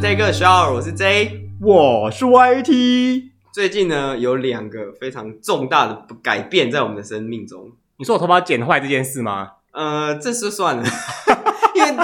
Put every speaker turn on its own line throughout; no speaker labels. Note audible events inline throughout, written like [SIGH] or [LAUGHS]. J 哥 Shower，我是 J。
我是 YT。
最近呢，有两个非常重大的改变在我们的生命中。
你说我头发剪坏这件事吗？
呃，这是算了， [LAUGHS] 因为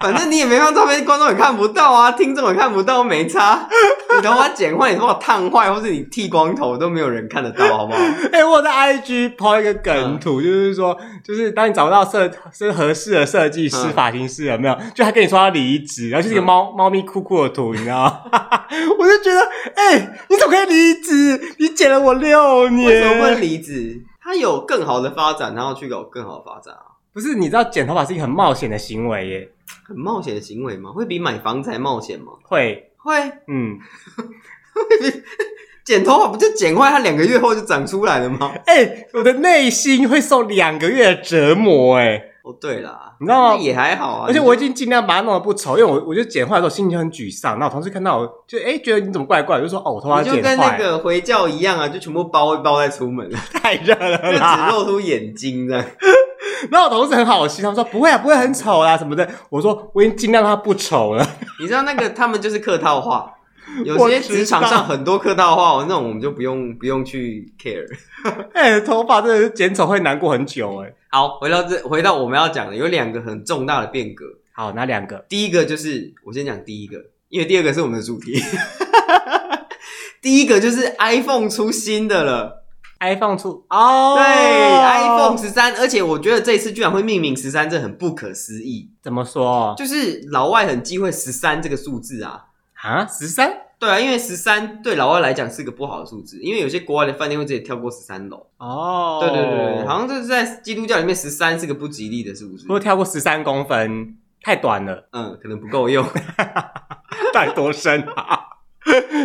反正你也没放照片，观众也看不到啊，听众也看不到，没差。你头发剪坏，你头发烫坏，或是你剃光头，都没有人看得到，好不好？
[LAUGHS] 哎、我有在 IG 抛一个梗图，就是说，就是当你找不到设是合适的设计师、
嗯
发型师有没有？就他跟你说他离职，然后就是一个
嗯
猫、猫咪酷酷的图，你知道吗？ [LAUGHS] 我就觉得，哎、你怎么可以离职？你剪了我六
为什么不能
年。
离职？他有更好的发展，他要去有更好的发展啊，
不是，你知道剪头发是一个很冒险的行为耶，
很冒险的行为吗？会比买房子还冒险吗？
会，
会，
嗯，
剪头发不就剪坏，它两个月后就长出来了吗？
哎、我的内心会受两个月的折磨，哎，
哦，对啦，
你知道吗
那也还好啊。
而且我已经尽量把它弄得不丑，因为我我就剪坏的时候心情很沮丧。那我同事看到我就哎、诶觉得你怎么怪怪，我就说哦我头发
你就
剪
你就跟那
坏了，
个回教一样啊，就全部包一包再出
[LAUGHS]
门，就
太热了
只
啦。
露出眼睛这样。
然后我同事很好心，他们说不会啊不会很丑啦什么的。我说我已经尽量让它不丑了。
你知道那个他们就是客套
[LAUGHS]
话，有
我
些
知
职场
道
上很多客套话，那种我们就不用不用去 care。
哎、头发真的是剪丑会难过很久哎、
好，回到这，回到我们要讲的，有两个很重大的变革。
好，哪两个？
第一个就是我先讲第一个，因为第二个是我们的主
[LAUGHS]
题。第一个就是 iPhone 出新的了。
iPhone 出哦，
对，iPhone 十三，而且我觉得这一次居然会命名十三，这很不可思议。
怎么说
就是老外很忌讳十三这个数字啊，
啊？十三
对啊，因为十三对老外来讲是个不好的数字，因为有些国外的饭店会直接跳过十三楼。
哦，
对对对对，好像就是在基督教里面，十三是个不吉利的数字
如，果跳过十三公分太短
[LAUGHS]
了，
嗯，可能不够
[LAUGHS]
用，
到底多深啊？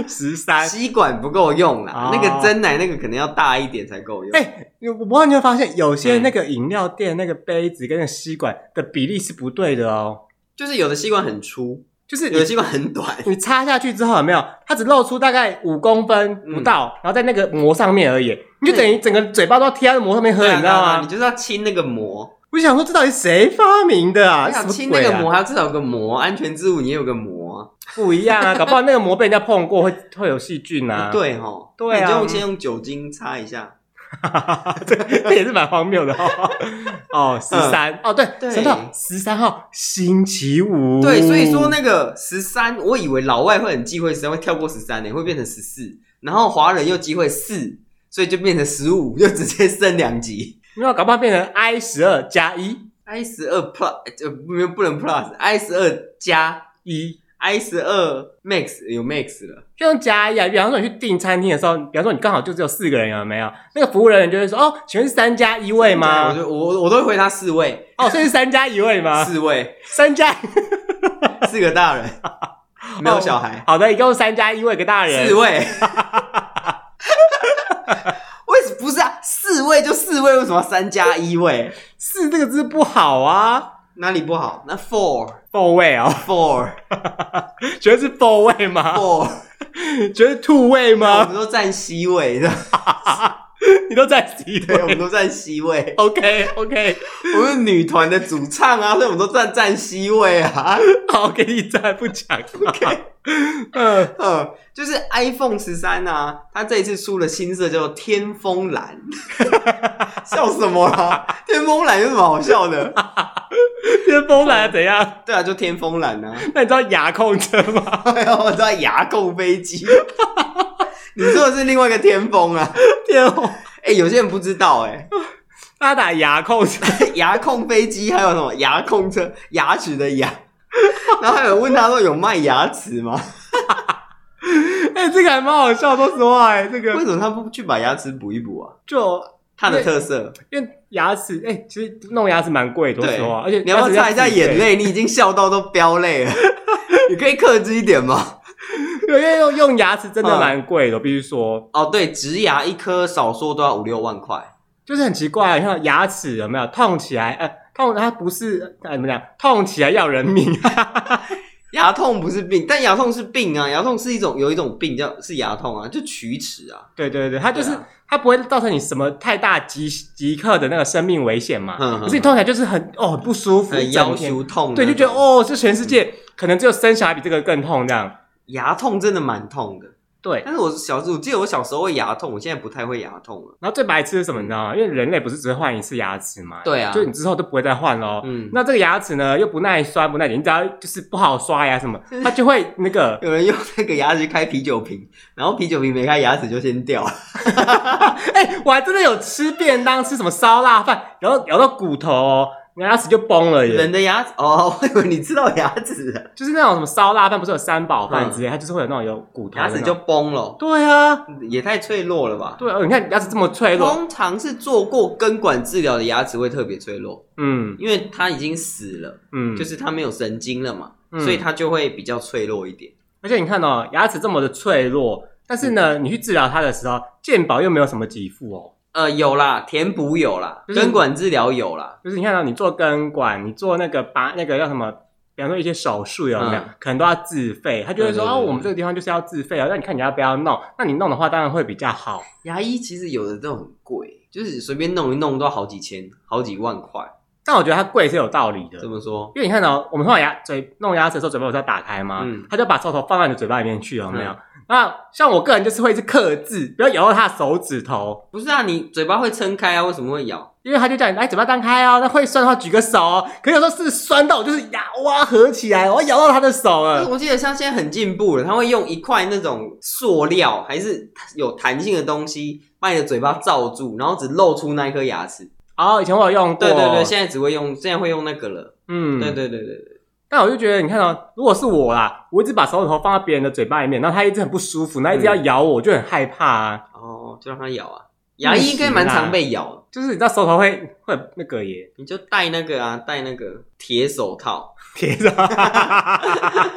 十三
吸管不够用啦，
哎哦
那个真奶那个可能要大一点才够用。
哎、我不知道你有没有发现，有些
嗯
那个饮料店那个杯子跟那个吸管的比例是不对的哦，
就是有的吸管很粗，
就是
有
你
的吸管很
[LAUGHS]
短，
你插下去之后有没有，它只露出大概五公分不到，
嗯
然后在那个膜上面而已，你就等于整个嘴巴都要贴在膜上面喝，
对啊
你知道
对啊
吗？
你就是要亲那个膜，
我就想说，这到底谁发明的啊？
你想
什么
亲那
鬼
个
啊？
膜，它至少有个膜，安全之物你也有个膜啊。
不一样啊，搞不好那个膜被人家碰过会会有细菌啊。
不，对哈，
对啊
那你就先用酒精擦一下。
这 [LAUGHS] 这也是蛮荒谬的哦。哦，十三、哦，对，
嗯对
什么十三号星期五？
对，所以说那个十三，我以为老外会很忌讳十三，会跳过十三呢，会变成十四，然后华人又忌讳四，所以就变成十五，就直接升两级。
没有，搞不好变成 I 十二加一
i 十二 plus 呃不不能 plus，i 十二加
一，
i 十二 max 有 max 了，
就用加一啊。比方说你去订餐厅的时候，比方说你刚好就只有四个人，有没有？那个服务人员就会说：“哦，请问是三加一位
啊我
吗啊
就我我都会回他四位？”，
哦，所以是三加一位吗？
四位，
三加
四个大人，没有小孩。
好的，一共三加一位一个大人。
四位。 [LAUGHS] 为什不是啊？四位就四位，为什么要三加一位？
四这个字不好啊
哪里不好？那 four
，four 位哦，
four
觉得是 four 位吗？
four，
觉得 two 位
我
吗？
们都占 C 位的，
你都在 C
对，我们
位。
都占 C 位。
OK OK，
我们是女团的主唱啊，所以我们都占占 C 位啊。
好，给你再不讲了。 [LAUGHS] 嗯，
呃，就是 iPhone 十三啊，它这一次出了新色，叫做天风蓝。 [LAUGHS] 笑什么啦？天风蓝有什么好笑的？
这风来了怎样？
对啊，就天风蓝啊。
那你知道牙控车吗？
哎呦，我知道牙控飞机。你说的是另外一个天风啊？
天哦，
哎、有些人不知道哎、
他打牙控车。
牙控飞机还有什么牙控车？ [LAUGHS] 牙齿的牙。 [LAUGHS] 然后还有问他说有卖牙齿 [LAUGHS] 吗？
[LAUGHS] 哎、这个还蛮好笑，说实话、哎，这
为
个
什么他不去把牙齿补一补啊？
就
它的特色，
因为牙齿，哎、其实弄牙齿蛮贵的，说
对
实话，而且
你要不要
牙
擦
齿
一下
自己
眼泪？你已经笑到都飙泪 [LAUGHS] 了，你可以克制一点吗？
费？对，因为用用牙齿真
嗯
的蛮贵的，我必须说，
哦，对，植牙一颗少说都要五六万块，
就是很奇怪，啊你看牙齿有没有痛起来？呃，痛它不是呃怎么讲，痛起来要人命，
牙痛不是病，但牙痛是病啊，牙痛是一种有一种病叫是牙痛啊，就龋齿 [LAUGHS] 啊，
[LAUGHS] 对对对，它就是、
对啊
它不会造成你什么太大即即刻的那个生命危险嘛。
嗯嗯
可是你痛起来就是很哦很不舒服，
很腰
整天
酸痛啊，
对，就觉得哦，这全世界可能只有生小孩比这个更痛这样。
牙痛真的蛮痛的。
对，
但是我小时候，我记得我小时候会牙痛，我现在不太会牙痛了。
然后最白痴是什么，你知道吗？因为人类不是只换一次牙齿嘛，
对啊
就你之后都不会再换喽。
嗯，
那这个牙齿呢又不耐酸不耐碱，你只要就是不好刷牙什么，它就会那个
[LAUGHS] 有人用那个牙齿开啤酒瓶，然后啤酒瓶没开，牙齿就先掉了。
哎、我还真的有吃便当，吃什么烧腊饭，然后咬到骨头、哦，你牙齿就崩了耶。
人的牙齿哦， [LAUGHS] 我以为你知道牙齿
[LAUGHS]
了，
就是那种什么烧腊饭，不是有三宝饭之类，它就是会有那种有骨头
嗯
的
牙
那种，
齿就崩了，
对啊，
也太脆弱了吧？
对，哦你看牙齿这么脆弱，
通常是做过根管治疗的牙齿会特别脆弱，
嗯
因为它已经死了，
嗯，
就是它没有神经了嘛，
嗯
所以它就会比较脆弱一点。
而且你看哦，牙齿这么的脆弱，但是呢，
嗯
你去治疗它的时候，健保又没有什么给付哦。
呃，有啦，填补有啦，
就是
根管治疗有啦，
就是你看到、你做根管，你做那个拔那个叫什么，比方说一些手术有没有，
嗯
可能都要自费。他就会
对
说
对对
啊，
对
我们这个地方就是要自费啊，那你看你要不要弄？那你弄的话，当然会比较好。
牙医其实有的都很贵，就是随便弄一弄都好几千、好几万块。
但我觉得它贵是有道理的，
这么说，
因为你看哦，我们通常牙嘴弄牙齿的时候，嘴巴不是要打开吗？
嗯
他就把手头放到你的嘴巴里面去，有没有？那像我个人就是会是克制，不要咬到他的手指头，
不是啊，你嘴巴会撑开啊，为什么会咬？
因为他就叫你来嘴巴张开哦，那会酸的话举个手哦。可是有时候是酸到我就是牙哇合起来，我咬到他的手
但是
了。
我记得像现在很进步了，他会用一块那种塑料还是有弹性的东西把你的嘴巴罩住，然后只露出那一颗牙齿。哦
哦，以前我有用过，
对对对，现在只会用，现在会用那个了。
嗯，
对。对对对对，
但我就觉得，你看哦，如果是我啦，我一直把手指头放在别人的嘴巴里面，然后他一直很不舒服，那一直
嗯
要咬我，我就很害怕啊。
哦，就让它咬啊。牙医应该蛮常被咬的，
就是你知道手头会会那个耶， [LAUGHS]
你就戴那个啊，戴那个铁手套。 [LAUGHS]
铁是吧？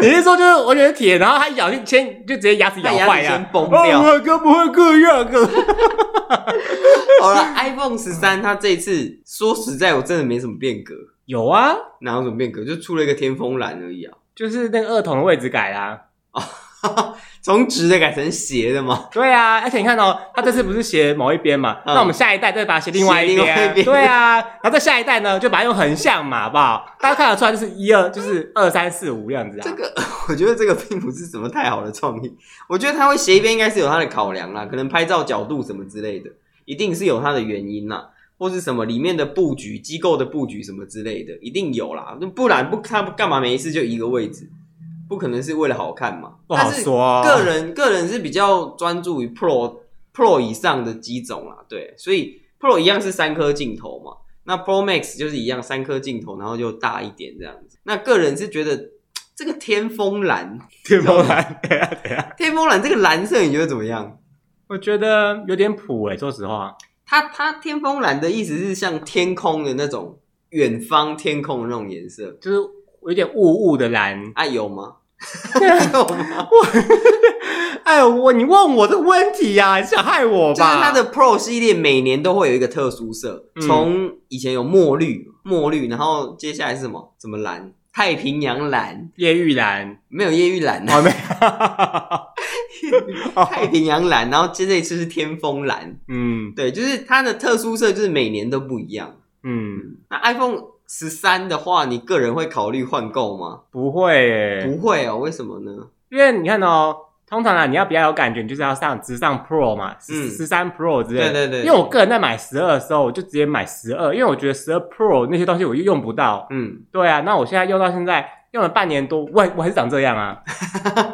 你是说就是我觉得铁，然后他咬就先就直接牙齿咬
把牙齿
坏呀、
先崩掉
哦，我哥不会这样啊。
好了，iPhone 十三它这一次说实在，我真的没什么变革，
有啊，
哪有什么变革，就出了一个天风蓝而已啊。 [LAUGHS]
就是那个二筒的位置改啦、
从直的改成斜的嘛，
对啊，而且你看哦，他这次不是斜某一边嘛，
嗯
那我们下一代再把它斜另外一
斜另外
边，
一边
对啊，然后再下一代呢，就把它用横向嘛，好不好？大家看得出来就是一二，就是二三四五这样子啊。
这个 [LAUGHS] 我觉得这个并不是什么太好的创意。我觉得他会斜一边应该是有他的考量啦，可能拍照角度什么之类的，一定是有他的原因啦，或是什么里面的布局、机构的布局什么之类的，一定有啦。那不然不他干嘛没事就一个位置？不可能是为了好看嘛。
不好
但是
说哦
个人个人是比较专注于 Pro Pro 以上的机种啦，对，所以 Pro 一样是三颗镜头嘛，那 Pro Max 就是一样三颗镜头，然后就大一点这样子。那个人是觉得嘖这个天风蓝，
天蓬蓝，对啊对啊，
天风蓝这个蓝色你觉得怎么样？
我觉得有点普哎、说实话，
它它天风蓝的意思是像天空的那种远方天空的那种颜色
就是有点雾雾的
[LAUGHS]
蓝。
啊，有吗？有吗？
哎呦，我你问我这个问题呀、你想害我吧？
就是它的 Pro 系列每年都会有一个特殊色，
嗯
从、以前有墨绿、墨绿，然后接下来是什么？什么蓝？太平洋蓝，
叶
[LAUGHS]
玉兰，
没有叶玉蓝、
哦没，
[LAUGHS] 太平洋蓝，然后接这一次是天风蓝，
嗯
对，就是它的特殊色就是每年都不一样。
嗯，
那 iPhone 十三的话，你个人会考虑换购吗？
不会、欸，
不会哦，为什么呢？
因为你看哦，通常啊，你要比较有感觉，你就是要上直上 Pro 嘛，十
嗯
十三 Pro 之类的。
对对对
因为我个人在买十二的时候，我就直接买十二，因为我觉得十二 Pro 那些东西我又用不到。
嗯，
对啊，那我现在用到现在用了半年多，我还我还是长这
[LAUGHS]
样啊。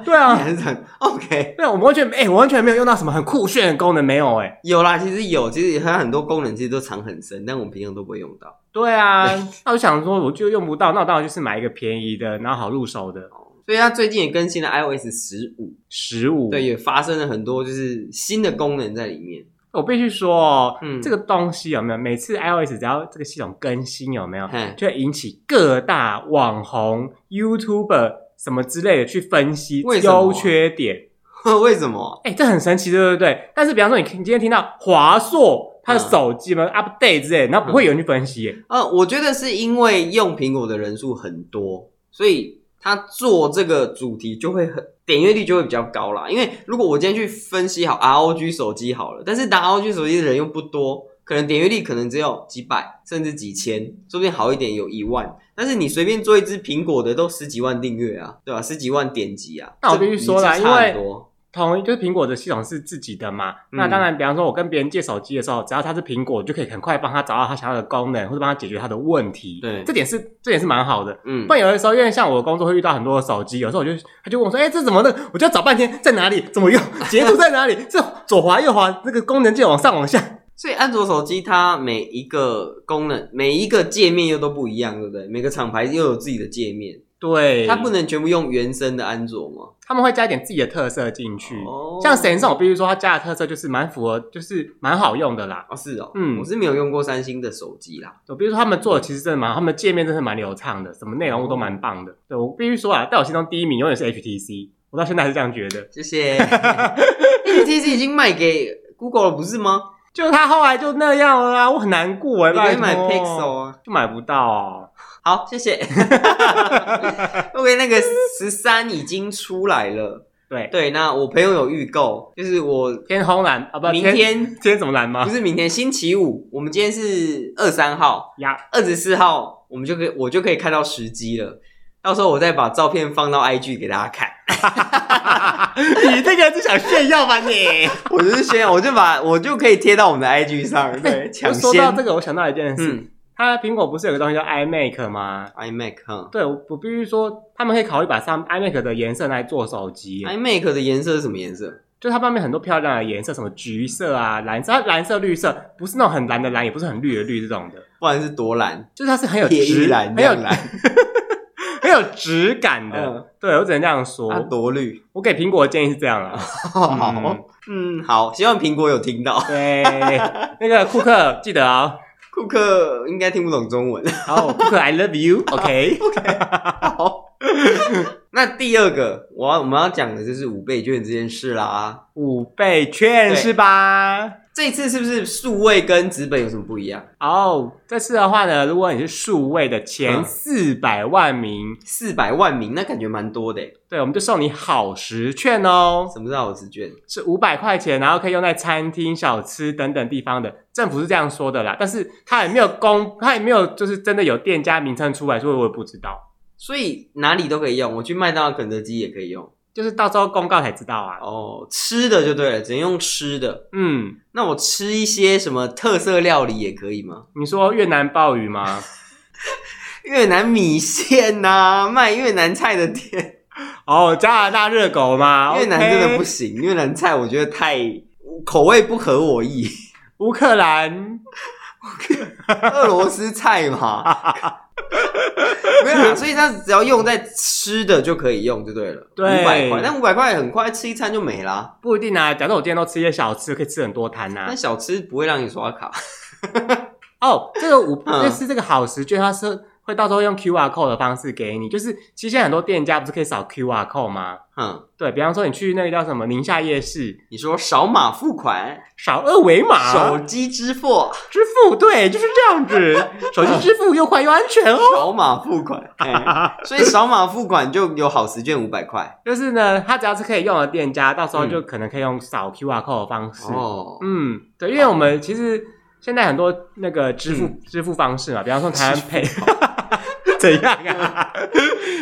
对啊，
还是很 OK。
对啊，我完全哎、我完全没有用到什么很酷炫的功能，没有哎、
有啦，其实有，其实它很多功能其实都藏很深，但我们平常都不会用到。[LAUGHS]
对啊，那我想说我就用不到，那我当然就是买一个便宜的，然后好入手的
所以它最近也更新了 iOS 十五，
十五。
对，，也发生了很多就是新的功能在里面。 [LAUGHS]
我必须说哦，
嗯
这个东西有没有？每次 iOS 只要这个系统更新有没有，
嘿，
就会引起各大网红、YouTuber 什么之类的去分析
为什么
优缺点。
为什么？
哎、这很神奇，对不对？但是比方说，你今天听到华硕它的手机
嗯
们 update 之类的，然后不会有人去分析耶。
呃，我觉得是因为用苹果的人数很多，所以他做这个主题就会很点阅率就会比较高啦。因为如果我今天去分析好 ROG 手机好了，但是打 ROG 手机的人又不多，可能点阅率可能只有几百甚至几千，说不定好一点有一万。但是你随便做一支苹果的都十几万订阅啊，对吧、十几万点击啊，
那我必须
这
说啦
这差很
因为
多
同一就是苹果的系统是自己的嘛，
嗯
那当然，比方说我跟别人借手机的时候，只要它是苹果，我就可以很快帮他找到他想要的功能，或者帮他解决他的问题。
对
这点是这点是蛮好的。
嗯
不，然有的时候，因为像我的工作会遇到很多的手机，有时候我就他就问我说：“哎、这怎么的？”我就要找半天在哪里，怎么用，截图在哪里， [LAUGHS] 这左滑右滑，那个功能键往上往下。
所以安卓手机它每一个功能、每一个界面又都不一样，对不对？每个厂牌又有自己的界面，
对，
它不能全部用原生的安卓嘛。
他们会加一点自己的特色进去。
哦
像神送，我必须说它加的特色就是蛮符合，就是蛮好用的啦。
哦，是哦，
嗯
我是没有用过三星的手机啦。
我比如说他们做的其实真的蛮，他们的界面真的蛮流畅的，什么内容物都蛮棒的。对我必须说啊，在我心中第一名永远是 HTC，我到现在还是这样觉得。
谢
[LAUGHS]
谢。HTC 已经卖给 Google 了，不是吗？
就他后来就那样了啊，我很难过哎、
你可以
欸。
买
拜托
Pixel 啊。
就买不到、哦。
好，谢 [LAUGHS] 谢。OK，那个十三已经出来了。
对，
对，那我朋友有预购，就是我
天空蓝啊，不，
明
天
天
今天怎么蓝
[LAUGHS]
吗
不？是明天星期五，我们今天是二三号， [LAUGHS]
呀，
二十四号我们就可以我就可以看到时机了。到时候我再把照片放到 IG 给大家看。
你这个是想炫耀吧你？
[LAUGHS] 我就是先，我就把我就可以贴到我们的 IG 上，对，抢
就说到这
先。
个，我想到一件事，
嗯
它苹果不是有个东西叫 iMac 吗？
，iMac 哈
对，我我必须说，他们可以考虑把上 iMac 的颜色来做手机，
，iMac 的颜色是什么颜色？
就它外面很多漂亮的颜色，什么橘色啊、蓝色、它蓝色、绿色，不是那种很蓝的蓝，也不是很绿的绿这种
[LAUGHS]
的，
不然是多蓝，
就是它是很有
铁玉
质、
蓝
很
这
有
样蓝，
很有质感的。
嗯啊
对我只能这样说，
它多 [LAUGHS] 绿。
我给苹果的建议是这样啊。
哦好，嗯，好，希望苹果有听到。 [LAUGHS]
对，那个库克记得哦，
库克应该听不懂中文。 [LAUGHS]
好，库克 I love you，OK，、
好，那第二个我要我们要讲的就是五倍券这件事啦。
五倍券
对
是吧？
这次是不是数位跟纸本有什么不一样？
哦，这次的话呢，如果你是数位的前
嗯
四百万名，
四百万名，那感觉蛮多的耶。欸
对，我们就送你好时券哦，
什么是好纸券？
是五百块钱，然后可以用在餐厅、小吃等等地方的。政府是这样说的啦，但是他也没有公，他也没有就是真的有店家名称出来，所以我也不知道，
所以哪里都可以用，我去麦当劳、肯德基也可以用。
就是到时候公告才知道啊。
哦，吃的就对了，只能用吃的。
嗯，
那我吃一些什么特色料理也可以吗？
你说越南鲍鱼吗？
越南米线呐、卖越南菜的店，
哦，加拿大热狗吗？
越南
OK
真的不行，越南菜我觉得太口味不合我意。
乌克兰
俄罗斯菜嘛，没有啦，所以它只要用在吃的就可以用，就对了。
对
五百块，但五百块很快吃一餐就没啦。
不一定啊。假设我今天都吃一些小吃，可以吃很多摊啊呐、
但小吃不会让你刷卡，
哦，这个五
嗯
类似这个好时券，它是会到时候用 QR code 的方式给你，就是其实现在很多店家不是可以扫 QR code 吗？
嗯，
对比方说你去那个叫什么宁夏夜市，
你说扫码付款、
扫二维码
手机支付、
支付，对，就是这样子， [LAUGHS] 手机支付又快又安全哦。
扫码付款，哎所以扫码付款就有好时券五百块
就是呢，它只要是可以用的店家，到时候就可能可以用扫 QR code 的方式。
哦。
嗯，对，因为我们其实现在很多那个支付、
嗯
支付方式嘛，比方说台湾 Pay，怎 [LAUGHS] 样啊？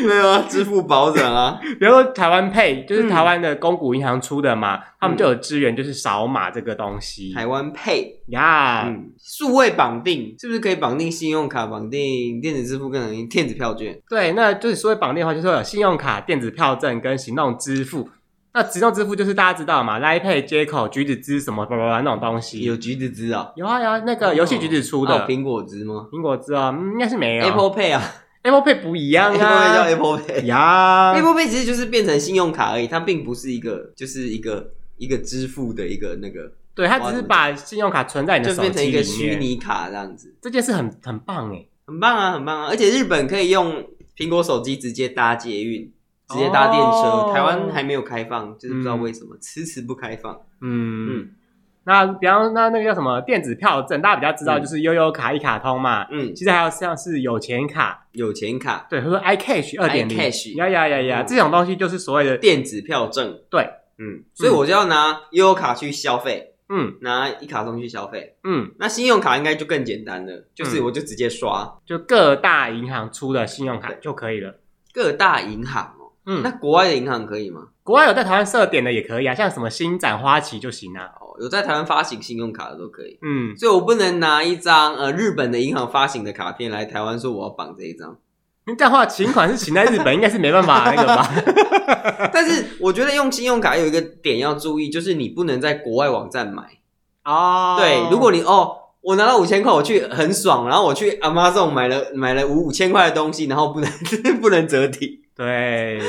没有啊，支付宝怎啊？
比如说台湾配，就是
嗯
台湾的公股银行出的嘛，他们就有支援就是扫码这个东西
台湾 Pay，
呀。
嗯，数位绑定是不是可以绑定信用卡、绑定电子支付更容易？电子票券
对，那就是所谓绑定的话，就是会有信用卡、电子票证跟行动支付。那行动支付就是大家知道嘛，来 Pay、接口、橘子汁什么巴拉巴拉那种东西。
有橘子汁啊？
有啊有啊，那个游戏橘子出
还有
的、
哦苹果汁吗
苹果汁啊，嗯，应该是没有。
？Apple Pay 啊
Apple Pay 不一样
[LAUGHS] ，Apple Pay 叫
啊。
Apple Pay。
呀
Apple Pay 其实就是变成信用卡而已，它并不是一个就是一个一个支付的一个那个，
对，它只是把信用卡存在你的
就
手
变成
机
一
里
个虚
面。
拟卡这样子，
这件事很很棒哎，
很棒啊，很棒啊！而且日本可以用苹果手机直接搭捷运，直接搭电车，
哦
台湾还没有开放，就是不知道为什么迟迟不开放。
嗯
嗯，
那比方那那个叫什么电子票证，大家比较知道就是悠悠卡一卡通嘛。
嗯，
其实还有像是有钱卡，
有钱卡、
对，或者 iCash 二点零
iCash
呀呀呀呀，
嗯
这种东西就是所谓的
电子票证，
对，
嗯，所以我就要拿悠游卡去消费，
嗯
拿一卡通去消费。
嗯，
那信用卡应该就更简单了，就是我就直接刷
就各大银行出的信用卡
对
就可以了。
各大银行哦。
嗯
那，国外的银行可以吗？
国外有在台湾设点的也可以啊，像什么星展花旗就行啊。
哦，有在台湾发行信用卡的都可以。
嗯，
所以我不能拿一张呃日本的银行发行的卡片来台湾说我要绑这一
[LAUGHS]
张，
那这样的话，请款是请在日本，应该是没办法那个
[LAUGHS]
吧？
但是我觉得用信用卡有一个点要注意，就是你不能在国外网站买。
哦
对，如果你哦，我拿到五千块，我去很爽，然后我去 Amazon 买了买了五五千块的东西，然后不能 [LAUGHS] 不能折抵，
对，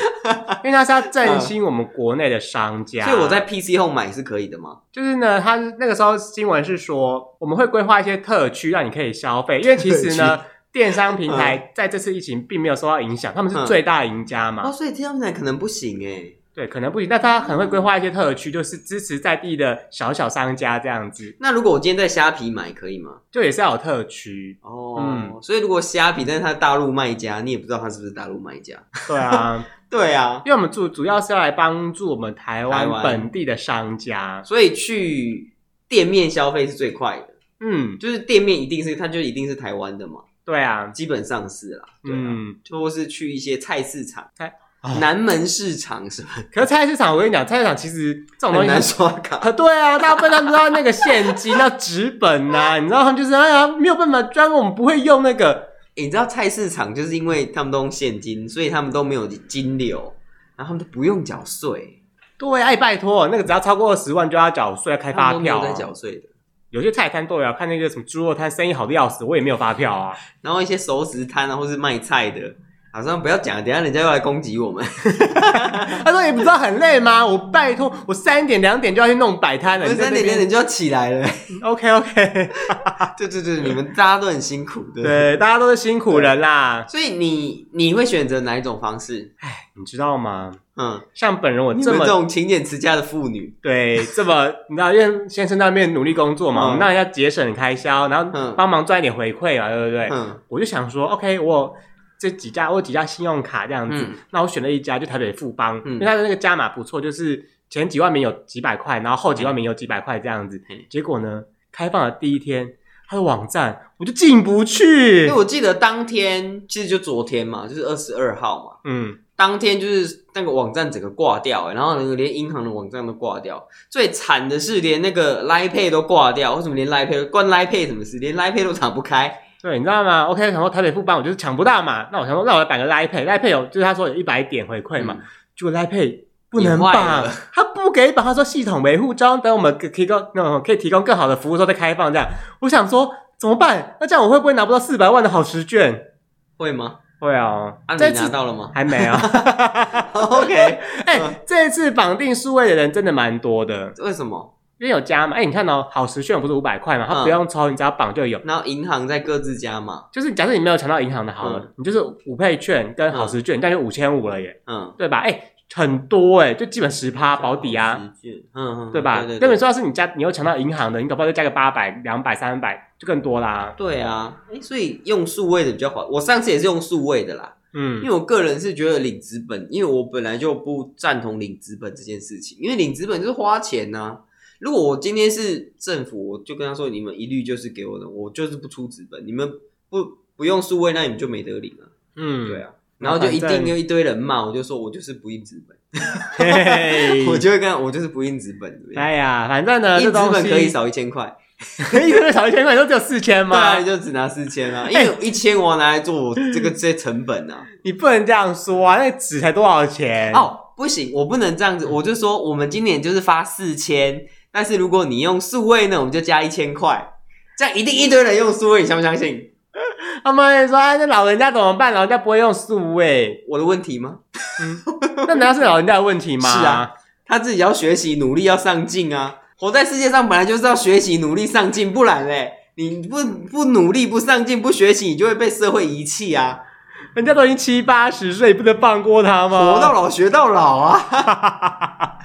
因为它是要振兴我们国内的商家，
所以我在 PC Home 买是可以的吗？
就是呢，它那个时候新闻是说我们会规划一些特区让你可以消费，因为其实
特嗯
呢，电商平台在这次疫情并没有受到影响，他们是最大赢家嘛，
哦，所以这样平台可能不行哎。
对，可能不行，但它可能会规划一些特区，就是支持在地的小小商家这样子，
那如果我今天在虾皮买可以吗？
就也是要有特区，
哦，
嗯
所以如果虾皮，但是它大陆卖家，你也不知道它是不是大陆卖家。 [LAUGHS]
对啊，
对啊，
因为我们主主要是要来帮助我们台
台
湾
湾
本地的商家，
所以去店面消费是最快的，
嗯，
就是店面一定是它就一定是台湾的嘛，
对啊，
基本上是啦。对啊，
嗯。
就或是去一些菜市场
菜、
啊南门市场什么
可是菜市场，我跟你讲，菜市场其实这种东
很
西
难刷卡。
啊，对啊，大部分他们都要那个现金，要纸本呐、你知道他们就是哎呀，没有办法，专门我们不会用那个，
欸你知道菜市场就是因为他们都用现金，所以他们都没有金流，然后他们都不用缴税，
对啊，哎，拜托，那个只要超过二十万就要缴税，要开
他
发
们都没
票、
有
啊
在。缴税的。
有些菜摊都有啊，看那个什么猪肉摊生意好的要死，我也没有发票啊。
然后一些熟食摊啊，或是卖菜的，好像不要讲了，等一下人家又来攻击 [LAUGHS] 我们。
他说你哎不知道很累吗？我拜托，我三点两点就要去弄摆摊了。你在
三 [LAUGHS]
那
点
边
点人就要起来了，
OK OK，
对对对，你们大家都很辛苦的。
对，大家都是辛苦人啦。
所以你你会选择哪一种方式？
你知道吗？
嗯，
像本人我
你
这
们
么
这种勤俭持家的妇女，
[LAUGHS] 对，这么你知道，因为先生那边努力工作
嗯
嘛，我们当然要节省开销，然后
嗯
帮忙赚一点回馈嘛，对不对？
嗯
我就想说，OK，我这几家我有几家信用卡这样子，
嗯
那我选了一家，就台北富邦，
嗯
因为它的那个加码不错，就是前几万名有几百块，然后后几万名有几百块这样子
嗯。
结果呢，开放的第一天，它的网站我就进不去
因为。我记得当天其实就昨天嘛，就是二十二号嘛，
嗯，
当天就是那个网站整个挂掉、欸然后那个连银行的网站都挂掉。最惨的是连那个 Line Pay 都挂掉，为什么连 Line Pay 关 Line Pay 什么事？连 Line Pay 都打不开。
对，你知道吗？OK，想说台北富邦我就是抢不到嘛，那我想说，那我来办个 Line Pay，Line Pay 有就是他说有一百点回馈嘛，
嗯
结果 Line Pay 不能
也坏
绑
了，
他不给绑，他说系统维护中，等我们提供那种可以提供更好的服务之后再开放这样。我想说怎么办？那这样我会不会拿不到四百万的好时券？
会吗？
会啊，
啊，你
这
拿
次
到了吗
还没
[LAUGHS]
啊。
？OK，
[LAUGHS] 哎、
嗯
这一次绑定数位的人真的蛮多的，
为什么？
因为有加嘛。哎、你看哦，好时券不是五百块嘛，他
嗯
不用抽，你只要绑就有。
然后银行在各自加嘛，
就是假设你没有抢到银行的好
嗯
了，你就是五倍券跟好时券，但就五千五了耶，
嗯，
对吧？哎、很多哎、就基本十趴保底啊。
十件，嗯嗯，
对吧？
对
根本
对
说要是你加，你又抢到银行的，你搞不好就加个八百、两百、三百，就更多啦。
对啊，哎、所以用数位的比较好。我上次也是用数位的啦，因
嗯
为我个人是觉得领资本，因为我本来就不赞同领资本这件事情，因为领资本就是花钱呐、如果我今天是政府，我就跟他说，你们一律就是给我的，我就是不出资本，你们不不用数位，那你们就没得领啊。
嗯，
对啊，然后就一
反正
定有一堆人骂，我就说我就是不印资本，
[LAUGHS] 嘿
我就会跟他我就是不印资本，怎么样？
哎呀，反正呢，
印
这
资
东
本
西
可以，少一千块，
可以少一千块，都只有四千
对
吗
啊，？就只拿四千啊，因
哎
为一千我要拿来做我这
[LAUGHS]
个这些成本啊。
你不能这样说啊，那纸才多少钱？，
哦，不行，我不能这样子，我就说我们今年就是发四千，但是如果你用数位呢，我们就加一千块，这样一定一堆人用数位，你相不相信？
他们会说，哎，那老人家怎么办？老人家不会用
[LAUGHS]
数位，
我的问题吗？
那难道是老人家的问题吗？
是啊，他自己要学习，努力，要上进啊！活在世界上本来就是要学习、努力、上进，不然嘞，你不不努力、不上进、不学习，你就会被社会遗弃啊！
人家都已经七八
呃
十岁，不能放过他吗？
[LAUGHS] 活到老学到老啊！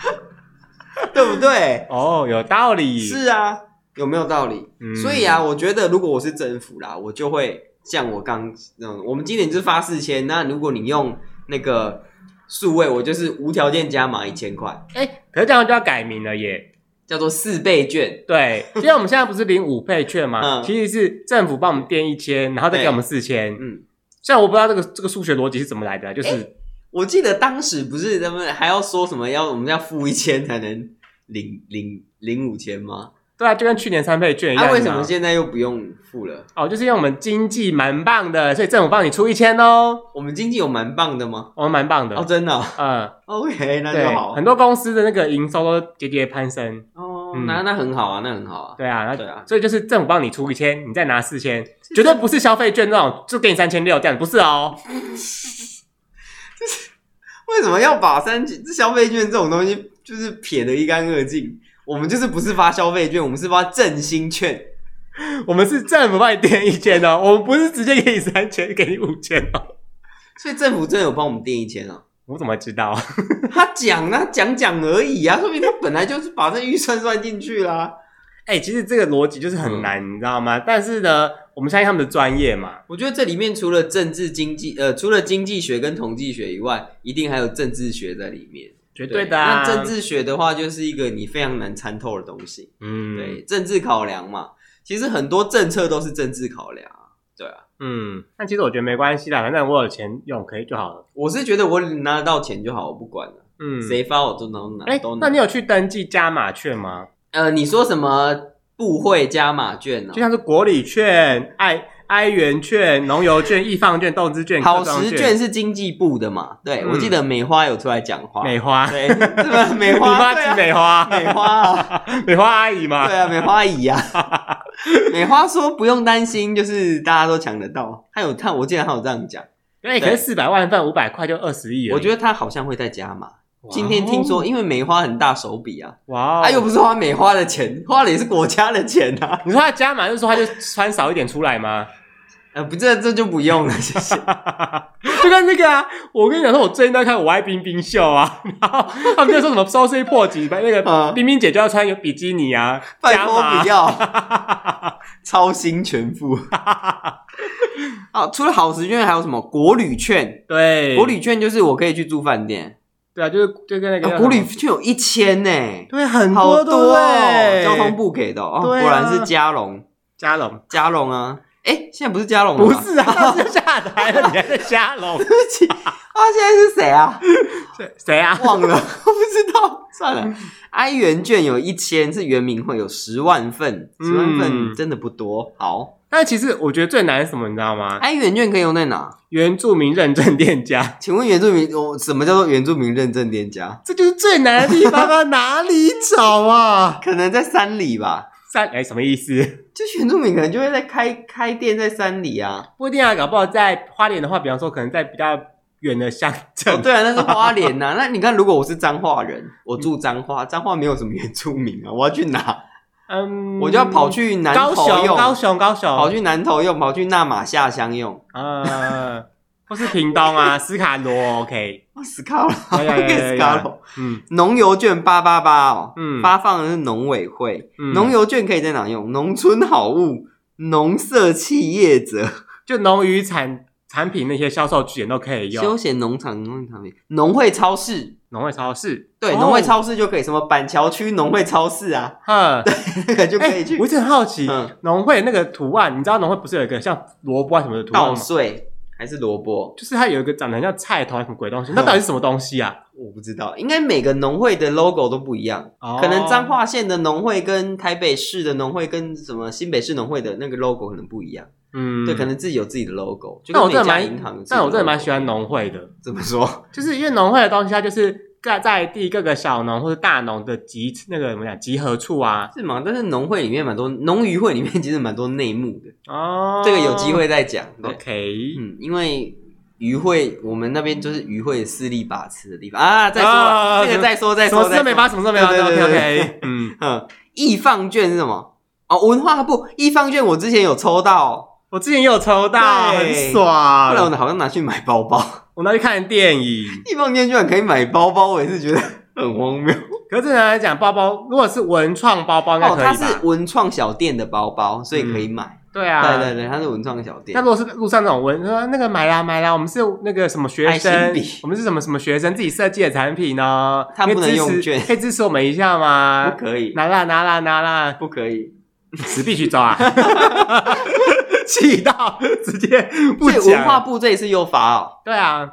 对不对？
哦，有道理，
是啊，有没有道理？
嗯
所以啊，我觉得如果我是政府啦，我就会像我刚嗯，我们今年就是发四千，那如果你用那个数位，我就是无条件加码一千块，
哎、可是这样就要改名了耶。
叫做四倍券。
对，因为我们现在不是领五倍券吗？
嗯
其实是政府帮我们垫一千，然后再给
对
我们四千。
嗯，
虽然我不知道这个这个数学逻辑是怎么来的，啊就是、
我记得当时不是他们还要说什么要我们要付一千才能领领领五千吗？
对啊，就跟去年三倍券一样
那、
嘛。
为什么现在又不用付了？
哦，就是因为我们经济蛮棒的，所以政府帮你出一千哦，
我们经济有蛮棒的吗？
我们蛮棒的。
哦，真的哦、
嗯，
OK，那就
对，
好
很。多公司的那个营收都节节攀升。
哦，
嗯
那那很好啊，那很好啊。
对啊，那
对啊
所以就是政府帮你出一千，你再拿四千，绝对不是消费券那种，就给你三千六这样，不是哦。
为什么要把三这消费券这种东西就是撇得一干二净？我们就是不是发消费券，我们是发振兴券。
我们是政府帮你垫一千哦，我们不是直接给你三千，给你五千哦。
所以政府真的有帮我们垫一千啊？
我怎么知道？
他讲啊，讲讲而已啊，说明他本来就是把这预算算进去啦。
哎、其实这个逻辑就是很难，你知道吗？但是呢，我们相信他们的专业嘛。
我觉得这里面除了政治经济，呃，除了经济学跟统计学以外，一定还有政治学在里面。
绝对的、啊，
那政，治学的话，就是一个你非常难参透的东西。
嗯，
对，，政治考量嘛，其实很多政策都是政治考量啊。对啊，
嗯，但其实我觉得没关系啦，反正我有钱用可以就好了，
我是觉得我拿得到钱就好，我不管了，
嗯，
谁发我都能拿
哎、
都拿。
那你有去登记加码券吗？
呃，你说什么部会加码券呢、啊
就像是国礼券、爱哀元券、农油券、易放券、动资券、
好
客庄
时券是经济部的嘛？对，
嗯
我记得美花有出来讲话。
美花，
对，对吧？
[LAUGHS]
美
你
花，
妈
对
是
啊
美花，
美花啊，
美花阿姨嘛，
对啊，美花姨啊， [LAUGHS] 美花说不用担心，就是大家都抢得到。她有她，我记得她有这样讲。
哎、可是四百万份五百块就二十亿了，
我觉得她好像会再加码。
得
今天听
哦
说，，因为梅花很大手笔啊，
哇、哦，
他、又不是花梅花的钱， [LAUGHS] 花的也是国家的钱啊。
你说他加码，就是说他就穿少一点出来吗？
呃，不，这这就不用了，谢谢。
[LAUGHS] 就跟那个啊，我跟你讲说，我最近在看《我爱冰冰秀》啊，然后
[LAUGHS]
他们就说什么收视率破几，那个
啊
冰冰姐就要穿有比基尼啊，
拜
加
托
码
不，要，操心全 [LAUGHS] 付。啊，除了好时券，还有什么国旅券？
对，
国旅券就是我可以去住饭店，
对啊，就是就跟那个、
啊、国旅券有一千呢，
对很
好
多
多哦，
对
交通部给的哦，哦果
对啊
然是嘉龙，
加龙
嘉龙啊，哎，现在不是嘉龙了
不
吗，
是啊，他是下台了，你还在加龙
[LAUGHS] 对不起，啊，现在是谁啊？
谁啊？
忘了， [LAUGHS] 我不知
[LAUGHS]
道，算了。哀元券有一千，是圆明会有十万份，
嗯
十万份真的不多。好，
但其实我觉得最难是什么，你知道吗？
哀元券可以用在哪？
原住民认证店家，
请问原住民，我什么叫做原住民认证店家？
这就是最难的地方啊，
[LAUGHS]
哪里找啊？
可能在山里吧，
三哎、什么意思？
就原住民可能就会在开开店在山里啊。
不一定啊，搞不好在花莲的话，比方说可能在比较远的乡镇
哦，对啊， [LAUGHS] 那是花莲呐、那你看，如果我是彰化人，我住彰化，彰化没有什么原住民啊，我要去哪？
嗯，
我就要跑去南
高
投
雄，
用，
高雄，高雄，
跑去南投用，跑去纳马下乡用。
呃，或是屏东啊，斯卡罗，OK，
哦，死卡了，
哎呀呀呀呀
[LAUGHS] 死卡了。
嗯
农油券八八八哦，
嗯
发放的是农委会。
嗯，
农油券可以在哪用？农村好物、农舍企业者、
就农渔产产品那些销售据点都可以
休
用，
闲农场、农业产品、农会超市。
农会超市，
对，
哦
农会，超市就可以，什么板桥区农会超市啊， [LAUGHS]
哼，
那个就可
哎
以去
我一直很好奇
嗯，
农会那个图案，你知道农会不是有一个像萝卜啊什么的图案
稻
吗？
穗还是萝卜？
就是它有一个长得很像菜头还是什么鬼东西，
嗯
那到底是什么东西啊？
我不知道，应该每个农会的 logo 都不一样，
哦
可能彰化县的农会跟台北市的农会跟什么新北市农会的那个 logo 可能不一样，
嗯，
对，可。能自己有自己的 logo。就
但我
跟
真的
每家
蛮
银行有自己 logo，
但我真的蛮喜欢农会的，
怎么说？
就是因为农会的东西，它就是在在地各个小农或者大农的集那个怎么讲集合处啊。
[LAUGHS] 是吗？但是农会里面蛮多，农渔会里面其实蛮多内幕的，
哦，
这个有机会再讲。对，
OK，
嗯，因为渔会我们那边就是渔会势力把持的地方啊，再说
啊
了，这个再说再
什么
说
事
再
都没
说。
发，什么事都没发
对对
，OK
对
OK，嗯，
嗯，易放券是什么？哦，文化部易放券我之前有抽到，
我之前也有抽到，
对
很
后来我
爽，
好像拿去买包包。 [LAUGHS]
我拿去看电影，
[LAUGHS] 易放券居然可以买包包，我也是觉得很荒谬。
可可是正常来讲，包包如果是文创包包，应该
哦，
可
它
以吧？
是文创小店的包包，所以可以买。
对啊，
对对对，它是文创小
那
店。
如果是路上那种文说那个买啦买啦，我们是那个什么学
爱心
生
笔，
我们是什么什么学生自己设计的产品呢？
他不能
可以支持
用券
可以支持我们一下吗
不？可以，
拿啦拿啦拿啦，
不可以。
死必须招啊！气到直接不
所以文化
讲，
部这一次又罚哦，
对啊，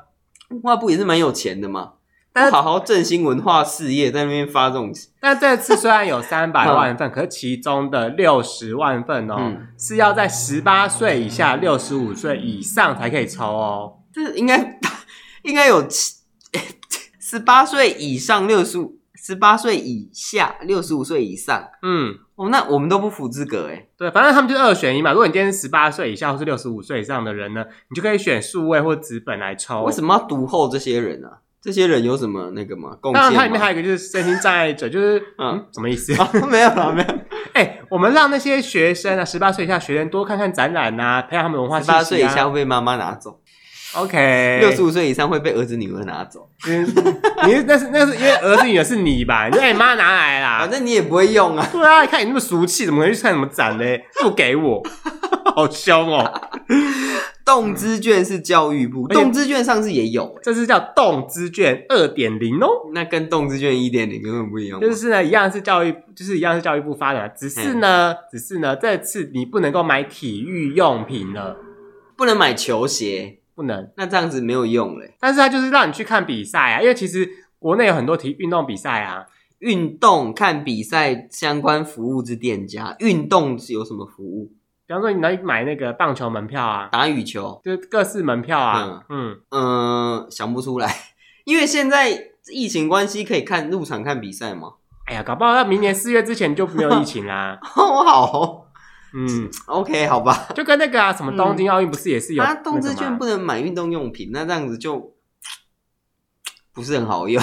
文化部也是蛮有钱的嘛，
但是
不好好振兴文化事业，在那边发这种
但这次虽然有三百万份，可是其中的六十万份哦，
嗯
是要在十八岁以下、六十五岁以上才可以抽哦。
这应该 [LAUGHS] 应该有哎十八岁以上六十五，十八岁以下六十五岁以上。
嗯，
哦，那我们都不符资格哎。
对，反正他们就是二选一嘛。如果你今天是十八岁以下或是六十五岁以上的人呢，你就可以选数位或纸本来抽。
为什么要独后这些人啊？这些人有什么那个吗？贡
当然，它里
献
面还
吗？
有一个就是身心障碍者，就是
嗯 [LAUGHS]
嗯，什么意思？
啊，没有
[LAUGHS]
啦，没有。
哎、我们让那些学生啊，十八岁以下学生多看看展览呐、培养他们文化
十
气息、啊。哎
八岁以下会被妈妈拿走，
，OK，
六十五岁以上会被儿子女儿拿走。
嗯你是那是那是因为儿子女儿是你吧？你说哎妈拿来啦，
反正你也不会用啊。
对啊，看你那么俗气，怎么能去看什么展呢？不给我，好凶哦！
动资券是教育部，
而且
动资券上次也有欸，
这是叫动资券二点零哦，
那跟动资券一点零根本不一样嘛。
就是呢，一样是教育，就是一样是教育部发的，只是
嗯
呢，只是呢，这次你不能够买体育用品了，
不能买球鞋，
不能。
那这样子没有用嘞。
但是它就是让你去看比赛啊，因为其实国内有很多体运动比赛啊，
运动看比赛相关服务之店家，运动是有什么服务？
比方说你能买那个棒球门票啊，
打羽球，
就是各式门票啊，嗯
嗯、想不出来， [LAUGHS] 因为现在疫情关系可以看入场看比赛吗？。
哎呀，搞不好到明年四月之前就没有疫情啦
[LAUGHS] 哦，好哦
嗯，
，OK，好吧。
就跟那个啊，什么东京奥运不是也是
[LAUGHS]
有
啊，
那个吗？
动资券不能买运动用品，那这样子就不是很好用。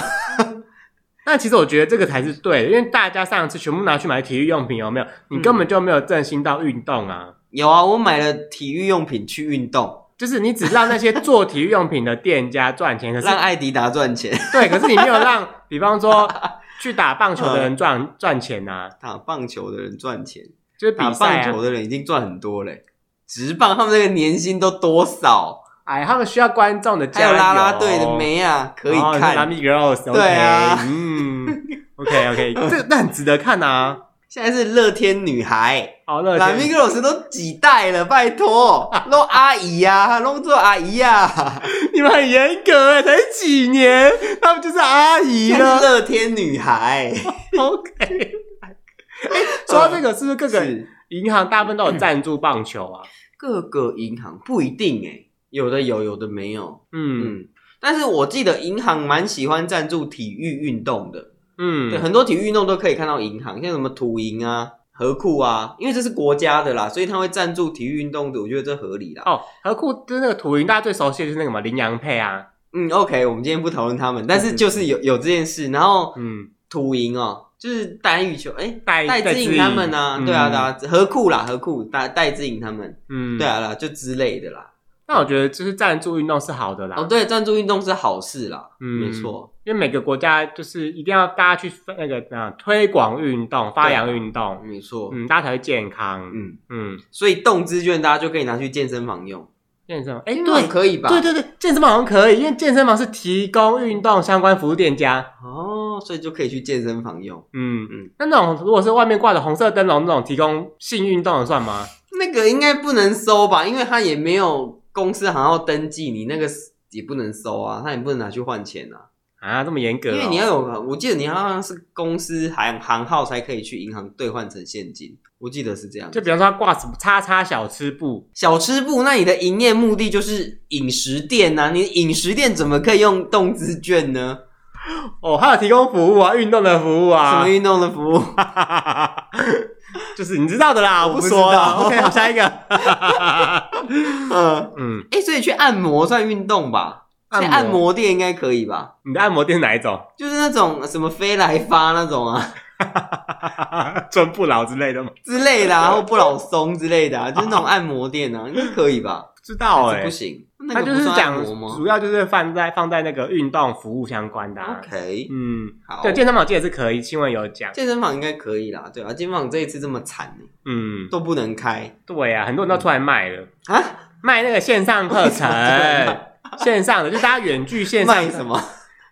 那其实我觉得这个才是对的，因为大家上次全部拿去买体育用品，有没有？你根本就没有振兴到运动啊！
有啊，我买了体育用品去运动，
就是你只让那些做体育用品的店家赚钱，可是
让艾迪达赚钱。 [LAUGHS]
对，可是你没有让，比方说去打棒球的人赚赚钱呐、啊，
打棒球的人赚钱，
就是
打
比
棒
赛啊
球，的人已经赚很多嘞。职棒他们那个年薪都多少？
哎，他们需要观众的
还
[LAUGHS] 加油，哦
有啦啦队的没啊，可以
拉
看。
米 girls，
对啊
嗯
[LAUGHS]
，OK OK，这那很值得看啊，
现在是乐天女孩，
好乐
拉米
天，
格老师都几代了，拜
[LAUGHS]
托，弄阿姨呀、啊，弄做阿姨呀、啊，
你们很严格哎，才几年，他们就是阿姨
现
了
在是。乐天女孩
OK，哎、说到这个，是不是各个
是
银行大部分都有赞助棒球啊？
各个银行不一定哎、有的有，有的没有，
嗯
嗯。但是我记得银行蛮喜欢赞助体育运动的，对，
嗯，
很多体育运动都可以看到银行，像什么土银啊、河库啊，因为这是国家的啦，所以他会赞助体育运动的，我觉得这合理啦。
哦，何库就是那个土云，大家最熟悉的就是那个嘛羚羊配啊，
嗯，OK，我们今天不讨论他们，但是就是有有这件事，然后
嗯，
土银哦，就是打羽球，哎、
戴
戴
戴
志颖他们啊，
嗯
对啊，对啊，何库啦，何库戴戴志颖他们，
嗯，
对。啊啦，就之类的啦。
那我觉得就是赞助运动是好的啦，
哦，对，赞助运动是好事啦，
嗯
没错，
因为每个国家就是一定要大家去分那个啊推广运动、发扬运动，
没错，
嗯，大家才会健康，嗯
嗯，所以动资券大家就可以拿去健身房用，
健身房，哎、
健身
对
房可以吧？
对对对，健身房好像可以，因为健身房是提供运动相关服务店家，
哦，所以就可以去健身房用。
嗯嗯
嗯，
那那种如果是外面挂的红色灯笼那种提供性运动的算吗？
那个应该不能收吧，因为他也没有公司好像要登记，你那个也不能收啊，他也不能拿去换钱啊，
啊，这么严格、哦？
因为你要有，我记得你好像是公司行行号才可以去银行兑换成现金，我记得是这样。
就比方说它挂什么叉叉小吃部，
小吃部，那你的营业目的就是饮食店呐、啊，你饮食店怎么可以用动资券呢？
哦，还有提供服务啊，运动的服务
什
啊
么，运动的服务？
[LAUGHS]
[LAUGHS]
就是你知道的啦，我
不
说了。
知道
OK，好，下一个。 [LAUGHS]
嗯，
嗯，
哎、所以去按摩算运动吧？
按
去
摩
按摩店应该可以吧？
你的按摩店是哪一种？ [LAUGHS]
就是那种什么飞来发那种啊。
尊不老之类的吗？
之
[LAUGHS]
类的、啊，或不老松之类的、啊，就是那种按摩店啊，应该可以吧？
不知道
还
哎、
是不行，那
它
个
就
不
是
算
讲
按摩吗
主要就是放在放在那个运动服务相关的、啊。
？OK，
嗯，
好，
对，健身房我记得是可以，新闻有讲。
健身房应该可以啦，对啊，健身房这一次这么惨呢，
嗯，
都不能开
对呀、啊，很多人都出来卖了，
啊，
卖那个线上课
[LAUGHS]
程
为什么，
线上的就是大家远距线上
卖什么？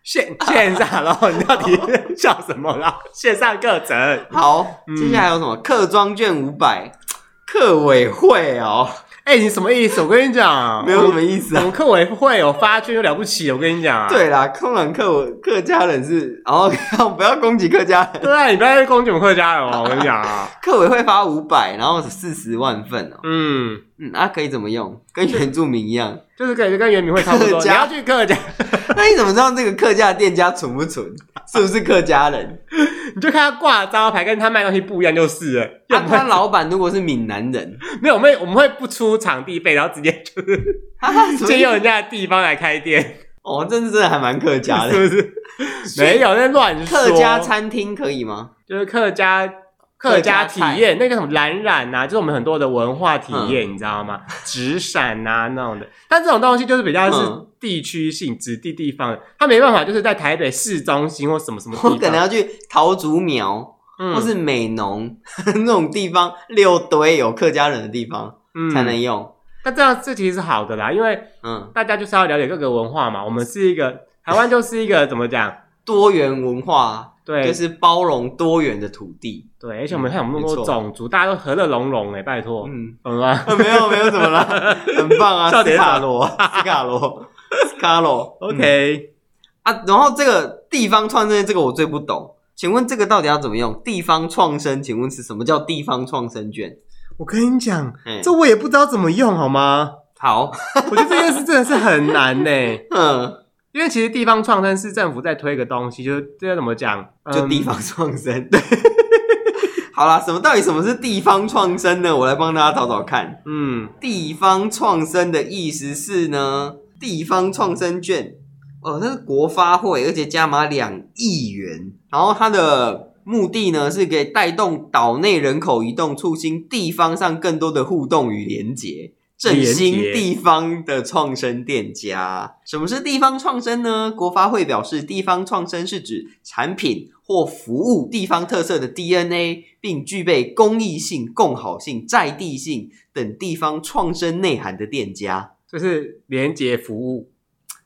线线上，然后你到底笑什么啦？ [LAUGHS] 线上课程，
好，
嗯
接下来有什么？客庄券五百，客委会哦，
哎、你什么意思？我跟你讲，
没有什么意思
我
啊。
们客委会有发券就了不起，我跟你讲、啊。
对啦，通常客客家人是，然后 [LAUGHS] 不要攻击客家人，
对啊，你不要再攻击我们客家人哦，我跟你讲 [LAUGHS] 啊，
客委会发五百，然后四十万份哦，
嗯，
嗯，啊可以怎么用？跟原住民一样。
就是跟跟圆明会差不多，
客
你
家
要去客家， [LAUGHS]
[LAUGHS] 那你怎么知道这个客家店家纯不纯？是不是客家人？
你就看他挂的招牌跟他卖东西不一样就是了。要
啊，
不
他
然
老板如果是闽南人，
没有，我们会我们会不出场地费，然后直接 [LAUGHS] 就是
哈哈，啊所
借
以
用人家的地方来开店，
哦，真的真的还蛮客家
[LAUGHS] 是
的。
不是？没有，那乱说。
客家餐厅可以吗？
就是客家客
客
家
家
体
菜嗯
验，那个什么蓝染呐、就是我们很多的文化体验，你知道吗？ [LAUGHS] 纸伞呐那种的，但这种东西就是比较是
嗯
地区性、指定地方的，它没办法，就是在台北市中心或什么什么地
[LAUGHS]
方，
我可能要去桃竹苗
嗯
或是美浓 [LAUGHS] 那种地方，六堆有客家人的地方才能
嗯，
用。
但这样这其实是好的啦，因为
嗯，
大家就是要了解各个文化嘛。我们是一个台湾，就是一个怎么讲？
多元文化
对、
就是包容多元的土地。
对，而且我们
嗯
还有那么
没
多
错
种族，大家都和乐融融哎、拜托，
嗯，
懂了吗？ [LAUGHS]
[LAUGHS] 呃没有没有怎么了，很棒啊，
笑点
斯
是什么
卡罗，斯卡罗，斯卡罗。嗯
[LAUGHS] OK，、
啊，然后这个地方创生这个我最不懂，请问这个到底要怎么用？地方创生，请问是什么叫地方创生券？
我跟你讲，
嗯，
这我也不知道怎么用好吗？
好，
我觉得这件事真的是很难呢、
嗯，
因为其实地方创生是政府在推一个东西，就是这要怎么讲？嗯
就地方创生。 [LAUGHS] 对，好啦，什么到底什么是地方创生呢？我来帮大家找找看。
嗯，
地方创生的意思是呢，地方创生券哦，那是国发会，而且加码两亿元，然后它的。目的呢是给带动岛内人口移动，促进地方上更多的互动与连结，振兴
连结
地方的创生店家。什么是地方创生呢？国发会表示，地方创生是指产品或服务地方特色的 DNA，并具备公益性、共好性、在地性等地方创生内涵的店家。
就是连接服务，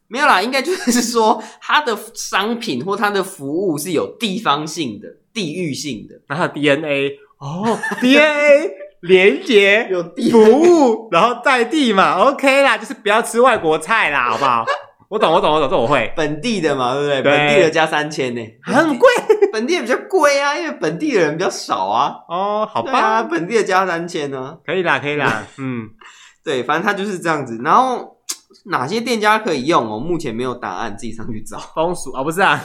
没有啦，应该就是说，它的商品或它的服务是有地方性的、地域性的，
然后 DNA 哦，DNA [LAUGHS] 连接
有地
服务，然后在地嘛，OK 啦，就是不要吃外国菜啦，好不好？我懂，我懂，我懂，这我会。
本地的嘛，对不对？
对
本地的加三千呢，
啊，那么贵
本地的比较贵啊，因为本地的人比较少啊。
哦，好
对
吧，
啊，本地的加三千呢。
可以啦，可以啦，嗯，
对，反正它就是这样子。然后哪些店家可以用哦？目前没有答案，自己上去找。 [LAUGHS]
风俗哦，不是啊，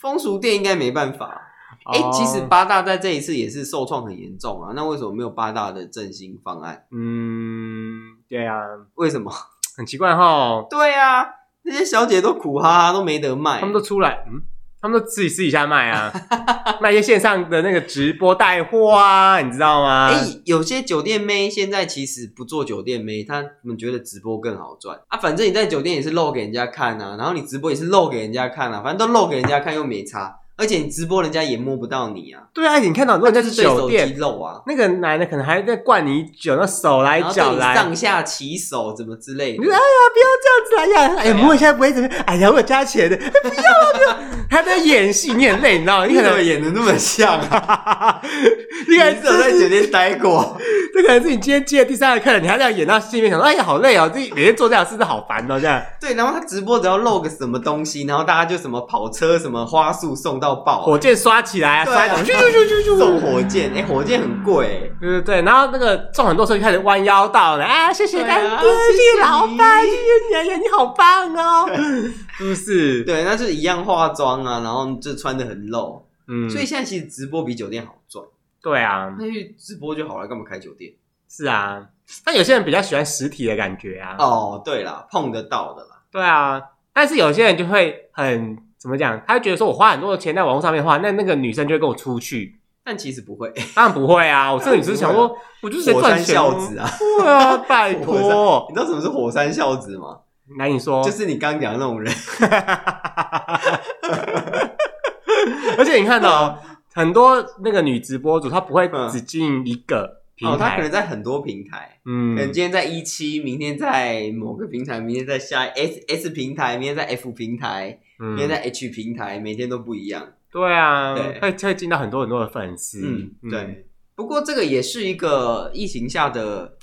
风俗店应该没办法。哎、
哦
其实八大在这一次也是受创很严重啊，那为什么没有八大的振兴方案？
嗯，对啊，
为什么？
很奇怪哈，
对啊，那些小姐都苦哈哈，都没得卖。
他们都出来，嗯，他们都自己私底下卖啊， [LAUGHS] 卖一些线上的那个直播带货啊，你知道吗？
哎、有些酒店妹现在其实不做酒店妹，她们觉得直播更好赚啊。反正你在酒店也是露给人家看啊，然后你直播也是露给人家看啊，反正都露给人家看又没差，而且你直播人家也摸不到你啊。
对啊，你看到如果你在
就是对
酒
手肌
店，
肉啊，
那个男的可能还在灌你酒，那手来
然后对
脚
你
来，
上下其手怎么之类
你就
的
哎，呀不要这样子啊哎呀，哎
对啊
摸一下不会怎么样，哎呀我有加钱的，哎不要啊
[LAUGHS]
不要，他在演戏，你很累，你知道吗？你可能，
演的那么像啊？
[LAUGHS] 你
你
可
可
能
能在酒店待过？
这可能是你今天接的第三个客人，你还这样演到戏里面，想说哎呀好累哦，自己每天做这样是不是好烦哦这样？
对，然后他直播只要露个什么东西，然后大家就什么跑车、什么花束送到爆啊、
火箭刷起来啊，
对啊
刷起来，咻咻咻咻咻，
送火箭，哎、火箭很贵、欸。
对对对，然后那个送很多时候就开始弯腰到了啊，谢谢
对
干
啊
爹，
谢谢
谢谢老
你
板，谢谢你哎呀，你好棒哦，
[LAUGHS]
是不是？
对，那是一样化妆啊，然后就穿的很露，
嗯，
所以现在其实直播比酒店好赚，
对啊，
那去直播就好了，干嘛开酒店？
是啊，但有些人比较喜欢实体的感觉啊，
哦，对啦，碰得到的啦，
对啊，但是有些人就会很怎么讲，他会觉得说我花很多的钱在网络上面花，那那个女生就会跟我出去，
但其实不会，
当然不会啊，我这个女生想说，我就是在
火
赚
山
钱
孝
哦，
子啊， [LAUGHS]
对啊，拜
火山
托，
你知道什么是火山孝子吗？
来你说，
就是你刚讲的那种人，
[LAUGHS] 而且你看到、很多那个女直播主，她不会
嗯
只经营一个平
哦，他可
台，
能在很多平台，可能
嗯，
今天在一期，明天在某个平台，明天在下 S S 平台，明天在 F 平台，
嗯
明天在 H 平台，每天都不一样。
对啊，
对
会会进到很多很多的粉丝，
嗯，对。不过这个也是一个疫情下的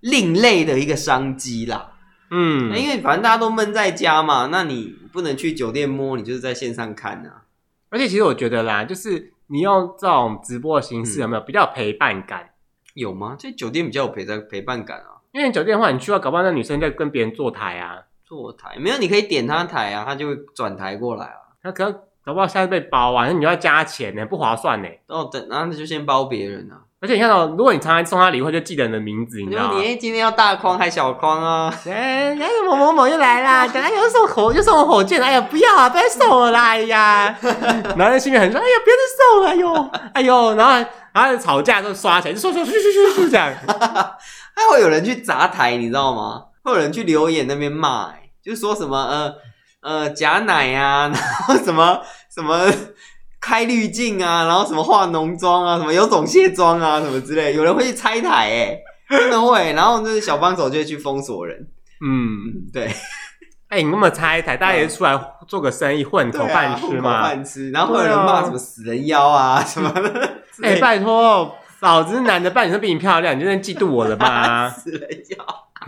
另类的一个商机啦，
嗯，
哎因为反正大家都闷在家嘛，那你不能去酒店摸，你就是在线上看啊。
而且其实我觉得啦，就是你用这种直播的形式，
嗯
有没有比较有陪伴感？
有吗？在酒店比较有陪在陪伴感啊。
因为你酒店的话，你去到搞不好那女生在跟别人坐台啊，
坐台没有，你可以点他台啊，他就会转台过来啊。
那可能搞不好下次被包啊，那你就要加钱呢、不划算呢、
哦，等，然后就先包别人啊。
而且你看到、如果你常常送她礼物，她就记得你的名字，你
你
知
就
道
说
吗
你？哎今天要大框还小框啊？
哎，哎，某某某又来啦！等下又送火，又送我火箭，哎呀，不要啊，不要送我啦，哎呀！然后在心里很说，哎呀，不要再送了，哎呦，哎呦！然后，然后吵架就刷起来，就说说说说说这样。
还会有人去砸台，你知道吗？会有人去留言那边骂、欸，就是说什么呃呃假奶啊，然 [LAUGHS] 后什么什么开滤镜啊，然后什么化浓妆啊，什么有种卸妆啊，什么之类，有人会去拆台、欸，哎，真的会。然后就是小帮手就会去封锁人，
嗯，
嗯，
[LAUGHS]
对，
哎，你那么拆台，大家也是出来做个生意混口饭
对
吃
啊
嘛
混口？饭吃。然后会有人
对
骂
啊
什么死人妖啊什么的，
[LAUGHS] 哎、
[LAUGHS] 对
拜托，老子是男的扮女生比你漂亮，你就能嫉妒我了吗？
死人妖，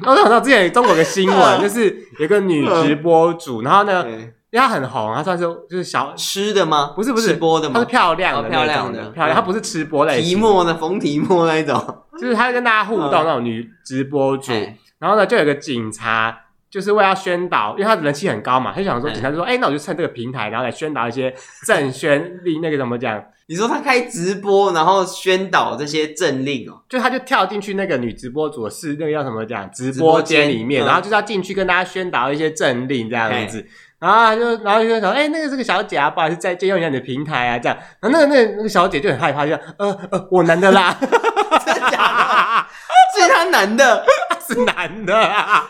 我想到之前中国有个新闻，就是有个女直播主，然后呢，
对
因为她很红，她算是就是小，
吃的吗？
不是不是
吃播的
她是
吗？
漂亮
哦
的那
漂
种的、
亮的
漂
嗯
亮，她不是吃播类
提
型，
莫呢？冯提莫那一种，
就是她跟大家互动
嗯
那种女直播主。
哎
然后呢，就有个警察。就是为了要宣导，因为他人气很高嘛，他就想说，
哎
警察就说，哎、那我就趁这个平台，然后来宣导一些政宣令，那个怎么讲，
你说他开直播，然后宣导这些政令哦， [LAUGHS]
就他就跳进去那个女直播主的是那个叫什么讲直播间里面，
直播间嗯哎
然后就是要进去跟大家宣导一些政令这样子。然后他就，然后就说，哎、那个这个小姐啊，不好意思，再借用一下你的平台啊，这样。然后那个那个那个小姐就很害怕，就说呃呃，我男的啦， [LAUGHS]
真的假的？所以他男的，
是男的啊，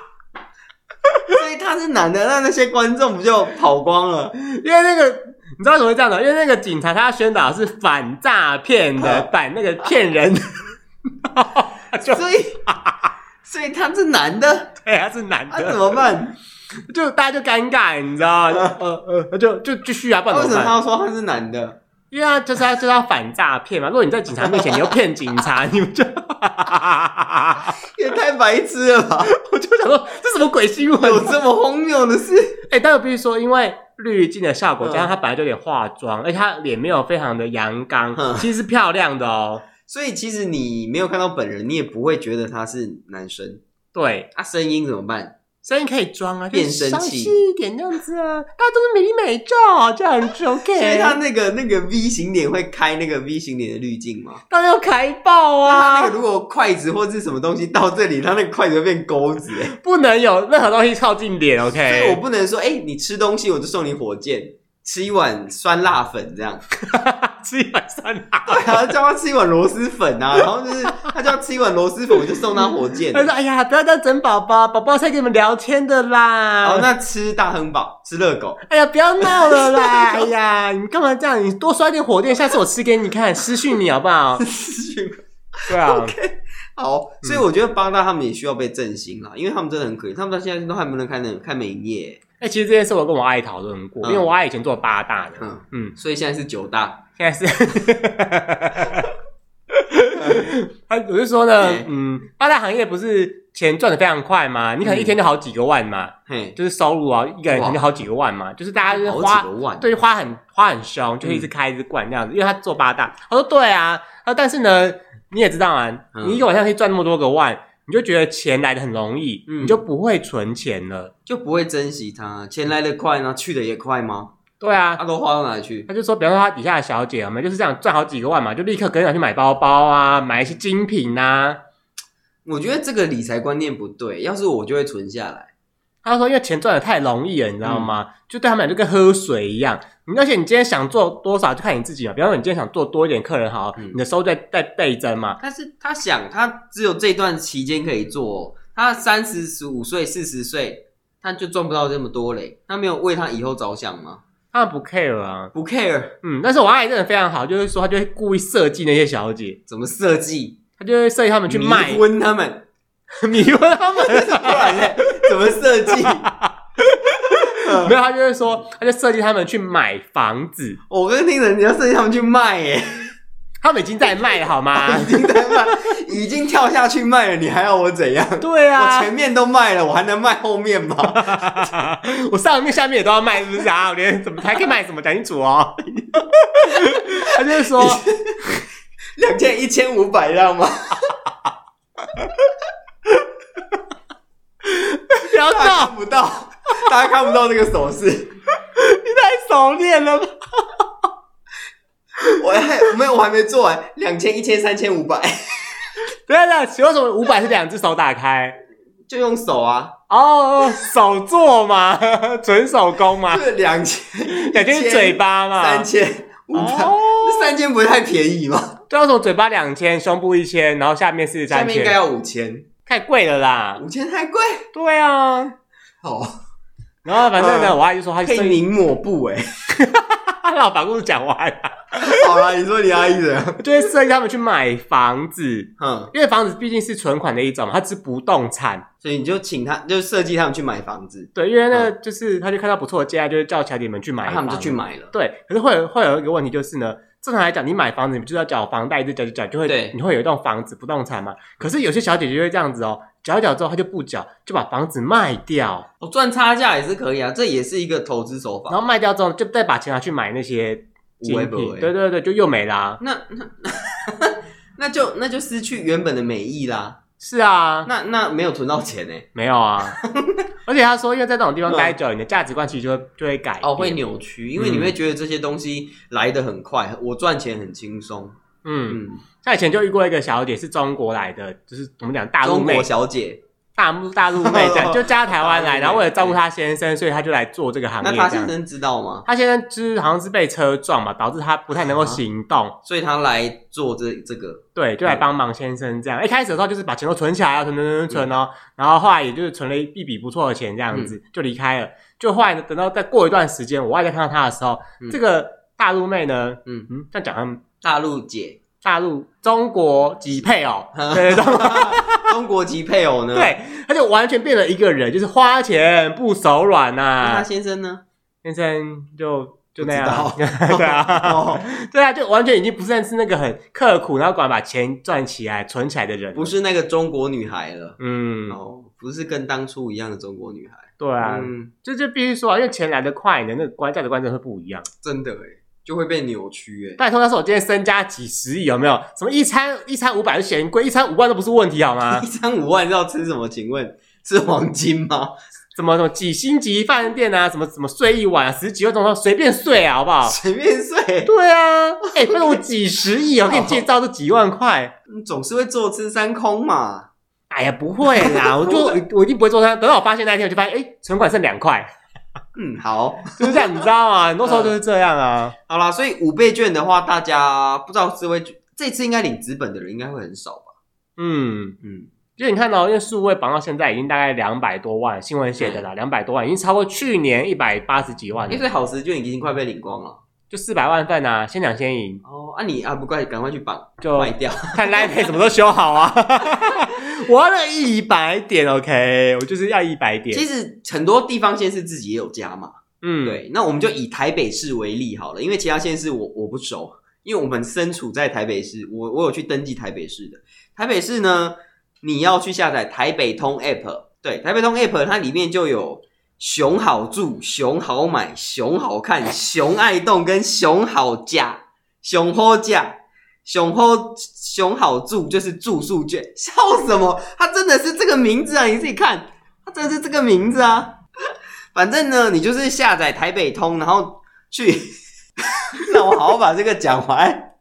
所以他是男的，那那些观众不就跑光
[LAUGHS]
了？
因为那个你知道为什么会这样的？因为那个警察他要宣导是反诈骗的，
哦
反那个骗
[LAUGHS]
人的，就
所以，所以他是男的，啊
对，他是男
那、怎
的，
么办？
就大家就尴尬，你知道
[LAUGHS]
吗？呃呃，就就继续啊，不然
为
怎
什
么
么
办
他？要说他是男的？
因为他就是要就是要反诈骗嘛。如果你在警察面前你又骗警察，你们就， [LAUGHS] 我
也太白痴了吧！
就想说这什么鬼新闻？
有这么荒谬的事？
哎、但我必须说，因为滤镜的效果，
嗯
加上她本来就有点化妆，而且她脸没有非常的阳刚，
嗯
其实是漂亮的哦。
所以其实你没有看到本人，你也不会觉得他是男生。
对，
啊，声音怎么办？
声音可以装啊，
变声器
就是上气一点这样子啊，大家都是美丽美照这样子
所以
，OK。
他那个那个 V 型脸会开那个 V 型脸的滤镜吗？
当然要开爆
那
啊
个，如果筷子或是什么东西到这里，它那个筷子会变钩子、欸，
不能有任何东西靠近脸
所以我
，OK。
不能说，哎、你吃东西我就送你火箭，吃一碗酸辣粉这样， [LAUGHS]
吃一碗酸辣
对啊，叫他吃一碗螺蛳粉啊，然后就是他叫他吃一碗螺蛳粉，我就送他火
[LAUGHS]
箭。
他说：“哎呀，不要再整宝宝，宝宝在跟你们聊天的啦。
哦，那吃大亨堡，吃热狗， [LAUGHS]
哎呀，不要闹了啦！ [LAUGHS] 哎呀，你干嘛这样？你多刷点火箭，下次我吃给你看，私讯你好
[LAUGHS]
不好？对啊，嗯
好，所以我觉得八大他们也需要被振兴啦，因为他们真的很可怜，他们到现在都还不能开门开门营业，
哎、其实这件事我跟我阿姨讨论过，
嗯
因为我阿姨以前做八大的，
嗯
嗯，
所以现在是九大，
现在是， [LAUGHS] 他我就说呢
嗯，
嗯，八大行业不是钱赚的非常快吗？你可能一天
嗯
就好几个万嘛，
嘿，
就是收入啊，一个人可能就好几个万嘛，就是大家就是
好
花
几个万，嗯
对，花很花很凶，就一直开一直灌这样子，因为他做八大。他说对啊，他说但是呢，你也知道啊，
嗯
你一个晚上可以赚那么多个万，你就觉得钱来的很容易，
嗯
你就不会存钱了。
就不会珍惜它，钱来的快呢，去的也快吗？
对
他
啊，
都花到哪里去？
他就说，比方说他底下的小姐我们就是这样赚好几个万嘛，就立刻跟着去买包包啊，买一些精品啊。
我觉得这个理财观念不对，要是我就会存下来。
他说：“因为钱赚的太容易了，你知道
嗯
吗？就对他们来讲就跟喝水一样。你而且你今天想做多少，就看你自己嘛。比方说，你今天想做多一点客人好，
嗯
你的收入在在倍增嘛。
但是他想，他只有这段期间可以做哦、他三十五岁、四十岁，他就赚不到这么多嘞。他没有为他以后着想吗？
他们不 care 啊。
不 care
嗯，但是我阿姨真的非常好，就是说她就会故意设计那些小姐，
怎么设计，
她就会设计她们去卖
迷昏他们，
迷昏她们，
不然嘞怎么设计？
[LAUGHS] 没有，她就会说，她就设计她们去买房子，
我跟听人家设计他们去卖耶，
她们已经在卖了好吗？
已经在卖，已经跳下去卖了，你还要我怎样？
对
[LAUGHS] 我
啊，
前面都卖了，我还能卖后面吗？
我上面下面也都要卖，是不是啊？我连怎么还可以卖什么讲清楚哦。 [LAUGHS] 她就会说，
两件一千五百，让
[LAUGHS]
吗？
不要
大家
闹
看，不到，大家看不到这个手势。
你太熟练了吧？
[LAUGHS] 我还没有，我还没做完，两千、一千、三千、五百，
等一下，等一下，请问为什么五百是两只手打开？
就用手啊，
哦，手做嘛，纯手工嘛，
这两千、
啊两千是嘴巴嘛，
三千、五百，
哦，
那三千不是太便宜吗？
对啊，从嘴巴两千，胸部一千，然后下面四十
下
三
面应该
千，
要五千，
太贵了啦。
五千太贵。
对啊，
哦，
然后反正呢，
嗯
我阿姨就说她
可以
生意，
拧抹布哎、 [LAUGHS]
她老把故事讲完了，
好啦，你说你阿姨怎样？
就会设计他们去买房子，
嗯，
因为房子毕竟是存款的一种嘛，它是不动产。
所以你就请他，就设计他们去买房子，
对，因为那个就是她就看到不错的接案，就会叫小姐们去买
然
房，
嗯后他们就去。买了。
对，可是会有会有一个问题就是呢，正常来讲，你买房子你不就是要缴房贷，一直缴缴缴，就会
对
你会有一栋房子不动产嘛。可是有些小姐姐就会这样子哦，缴一缴之后她就不缴，就把房子卖掉，
哦，赚差价也是可以啊，这也是一个投资手
然
法。
后卖掉之后就再把钱拿去买那些精
有的没
品，
的
对对对，就又没啦。
那那那就那就失去原本的美意啦。
是啊，
那那没有存到钱呢、欸
没
[LAUGHS]
有啊。而且她说，因为在那种地方待久，你的价值观其实就会就会改变
嗯哦，会。扭曲，
嗯
因为你会觉得这些东西来得很快，我赚钱很轻松。
嗯，
嗯，
像以前就遇过一个小姐是中国来的，就是我们讲大陆
中
妹
国，小姐，
大陆大陆妹
[LAUGHS]
这样，就嫁台
大
湾
陆
来，
妹
然后为了照顾她先生，所以她就来做这个行业
那
这
她
样子。
先生知道吗？
他现在就是好像是被车撞嘛，导致他不太
啊
能够行动，
所以她来做这这个，
对，就来
嗯
帮忙先生这样。一开始的时候就是把钱都存起来啊，存存存存哦，
嗯
然后后来也就是存了一笔不错的钱这样子，就离开了。就后来呢，等到再过一段时间，我外再看到他的时候，
嗯
这个大陆妹呢，
嗯
嗯，这样讲他们
大陆姐， [LAUGHS]
大陆中国籍配哦，
嗯
对对对。
中国籍配偶呢？，
对，他就完全变了一个人，就是花钱不手软
那
呐、
她先生呢？
先生就就那样啊，
不知
[LAUGHS] 对啊，
哦，
对啊，就完全已经不算是那个很刻苦，然后管把钱赚起来、存起来的人了。
不，是那个中国女孩了，
嗯，
哦，不是跟当初一样的中国女孩。
对啊，
嗯，
这就必须说啊，因为钱来的快，你的那个观价值观真的会不一样。
真的哎，就会被扭曲哎。
拜托，要是我今天身家几十亿，有没有什么一餐一餐五百就嫌贵，一餐五万都不是问题好
[LAUGHS]
吗
一？张五万要吃什么？请问是黄金吗？？
什么什么几星级饭店啊，什么什么睡一晚啊，十几万这种随便睡啊，好不好
随便睡，
对啊，哎、分我几十 [LAUGHS] 亿，啊我给你介绍都几万块。
你总是会坐吃山空嘛。
哎呀，不会 [LAUGHS] 啦，我就我一定不会做它。等到我发现那一天，我就发现，哎、存款剩两块。
嗯，好，
就是这样，你知道吗？很多时候就是这样啊。
好啦，所以五倍券的话，大家不知道是会这次应该领纸本的人应该会很少吧？
[LAUGHS] 嗯，
嗯，
因为你看到、因为数位榜到现在已经大概两百多万，新闻写的啦，两百多万，已经超过去年一百八十几万
因为
了，
所以好时券已经快被领光了。
就四百万份啊，先抢先赢，
哦，啊你啊，不快赶快去绑
就
卖掉。
[LAUGHS] 看 Line Pay 什么时候修好啊。 [LAUGHS] 我要那一百点，OK，我就是要一百点。
其实很多地方县市自己也有加嘛。
嗯，，
对，那我们就以台北市为例好了，因为其他县市我我不熟，因为我们身处在台北市，我我有去登记台北市的。台北市呢，你要去下载台北通 App，对，台北通 App 它里面就有熊好住、熊好买、熊好看、熊爱动跟熊好价、熊好价。熊好熊好住就是住宿券，笑什么？它真的是这个名字啊！你自己看，它真的是这个名字啊！反正呢，你就是下载台北通，然后去， [LAUGHS] 让我好好把这个讲完。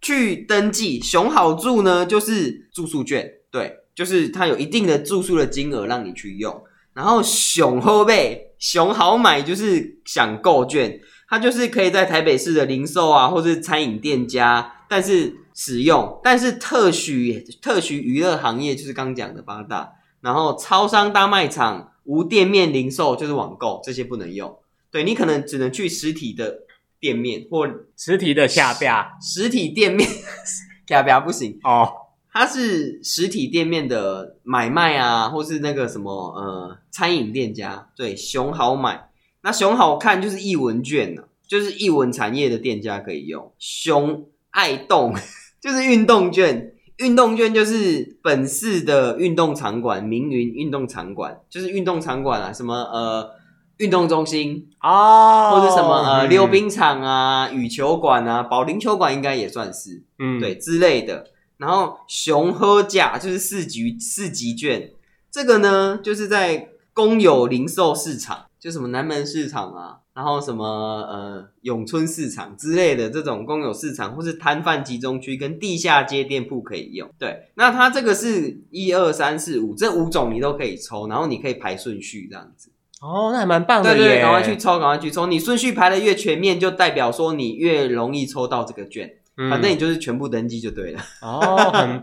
去登记熊好住呢，就是住宿券，对，就是它有一定的住宿的金额让你去用。然后熊后背熊好买就是享购券，它就是可以在台北市的零售啊，或是餐饮店家，但是使用，但是特许特许娱乐行业就是刚讲的八大，然后超商大卖场、无店面零售就是网购，这些不能用。对你可能只能去实体的店面或
实体的下架
实体店面， [LAUGHS] 啪啪不行，
哦，
它是实体店面的买卖啊，或是那个什么呃餐饮店家，对，熊好买。那熊好看就是艺文券呢、就是艺文产业的店家可以用。熊爱动 [LAUGHS] 就是运动券，运动券就是本市的运动场馆，明云运动场馆就是运动场馆啊，什么呃运动中心
哦，
或者什么呃
嗯
溜，冰场啊、羽球馆啊、保龄球馆应该也算是。
嗯，
对之类的。然后熊喝甲就是四级四级券，这个呢就是在公有零售市场，就什么南门市场啊，然后什么呃永春市场之类的这种公有市场，或是摊贩集中区跟地下街店铺可以用。对，那它这个是一二三四五这五种你都可以抽，然后你可以排顺序这样子。
哦，那还蛮棒
对
的
对对，
耶，
赶快去抽，赶快去抽。你顺序排的越全面，就代表说你越容易抽到这个券。
嗯，
反正你就是全部登记就对了。
哦，很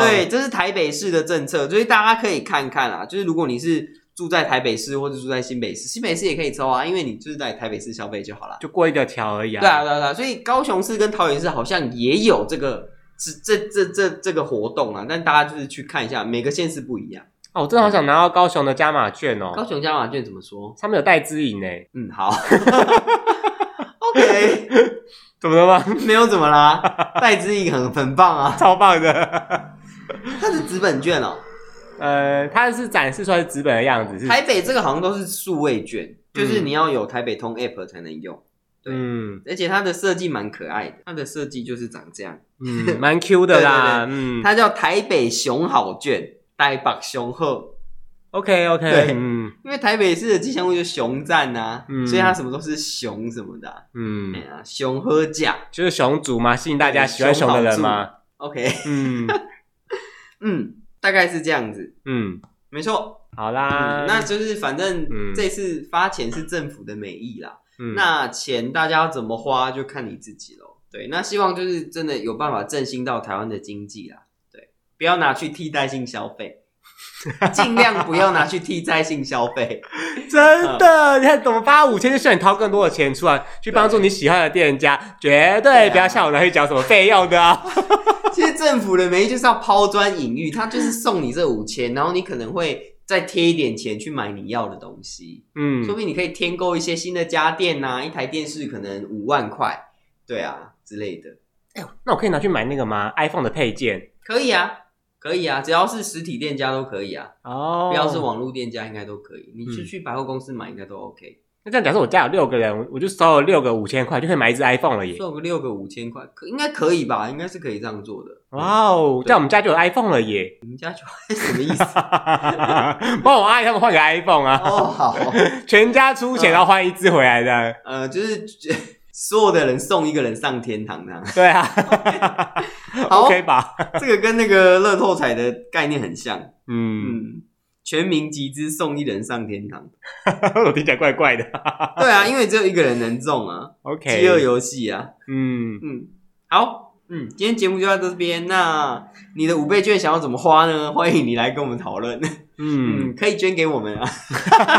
[LAUGHS] 对，，这是台北市的政策，所以大家可以看看啊。就是如果你是住在台北市或者住在新北市，新北市也可以抽啊，因为你就是在台北市消费就好了。
就过一个桥而已啊，
对啊，对啊，对啊。所以高雄市跟桃园市好像也有这个这这这这这个活动啊，但大家就是去看一下，每个县市不一样。
哦，我真的好想拿到高雄的加码券
啊高
哦，
雄加码券怎么说？
上面有带资颖诶，
嗯，好。OK，
怎么了吗？ [LAUGHS]
没有怎么啦，戴之颖很很棒啊，
超棒的， [LAUGHS]
它是纸本券哦。
呃，它是展示出来是纸本的样子，是，
台北这个好像都是数位券，就是你要有台北通 App 才能用。
嗯
而且它的设计蛮可爱的，它的设计就是长这样。 [LAUGHS]
嗯，蛮 Q 的啦，嗯
它叫台北熊好券，台北熊鹤，
，OK OK，
对
嗯
因为台北市的吉祥物就是熊赞呐、
嗯
所以它什么都是熊什么的、啊。哎
嗯，
呀、熊喝甲
就是熊族嘛，吸引大家喜欢熊的人嘛，
，OK， [LAUGHS]
嗯
嗯，大概是这样子，
嗯，
没错。
好
嗯
啦，
那就是反正
啊嗯
这次发钱是政府的美意啦，
嗯
那钱大家要怎么花就看你自己喽。对，那希望就是真的有办法振兴到台湾的经济啦。对，不要拿去替代性消
[LAUGHS]
费，尽量不要拿去替代性消费。
[LAUGHS] 真的，
嗯
你看，怎么发五千就需要你掏更多的钱出来，去帮助你喜欢的店家，绝
对
对
啊
不要像我拿去讲什么费用的啊！
[LAUGHS] 其实政府的美意就是要抛砖引玉，它就是送你这五千，然后你可能会再贴一点钱去买你要的东西，
嗯
说，不定你可以添购一些新的家电呐、一台电视可能五万块，对啊之类的，
哎那我可以拿去买那个吗？iPhone 的配件
可以啊，可以啊，只要是实体店家都可以啊。
哦嗯
不要是。网络店家应该都可以，你去去百货公司买应该都 OK。
那这样，假设我家有六个人，我就收了六个五千块，就可以买一只 iPhone 了耶！
做个六个五千块，可应该可以吧？应该是可以这样做的。哇，
哇哦，这样我们家就有 iPhone
[LAUGHS]
了耶！
你们家就什么意思？
帮我阿姨他们换个 iPhone 啊，
哦，好，
全家出钱
嗯
然后换一只回来的。
呃，就是 [LAUGHS] 所有的人送一个人上天堂这样。
对啊 [LAUGHS]
好
，OK 吧？
这个跟那个乐透彩的概念很像。
嗯，
嗯，全民集资送一人上天堂。嗯
[LAUGHS] 我听起来怪怪的。
对啊，因为只有一个人能中
[LAUGHS]
啊，
OK，
饥饿游戏啊。
嗯，
嗯，好。嗯，今天节目就到这边。那你的五倍券想要怎么花呢？欢迎你来跟我们讨论。
嗯
嗯，，可以捐给我们啊！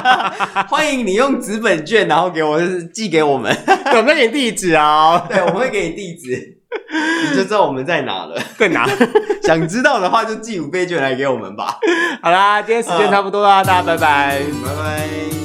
[LAUGHS] 欢迎你用纸本券，然后给我就是寄给我们，
[LAUGHS] 我们那点地址哦，
[LAUGHS]
[LAUGHS]
对，我们会给你地址，你就知道我们在哪了。
更 [LAUGHS] 难。
想知道的话，就寄五倍券来给我们吧。
好啦，今天时间差不多啦，大家拜拜。
拜拜。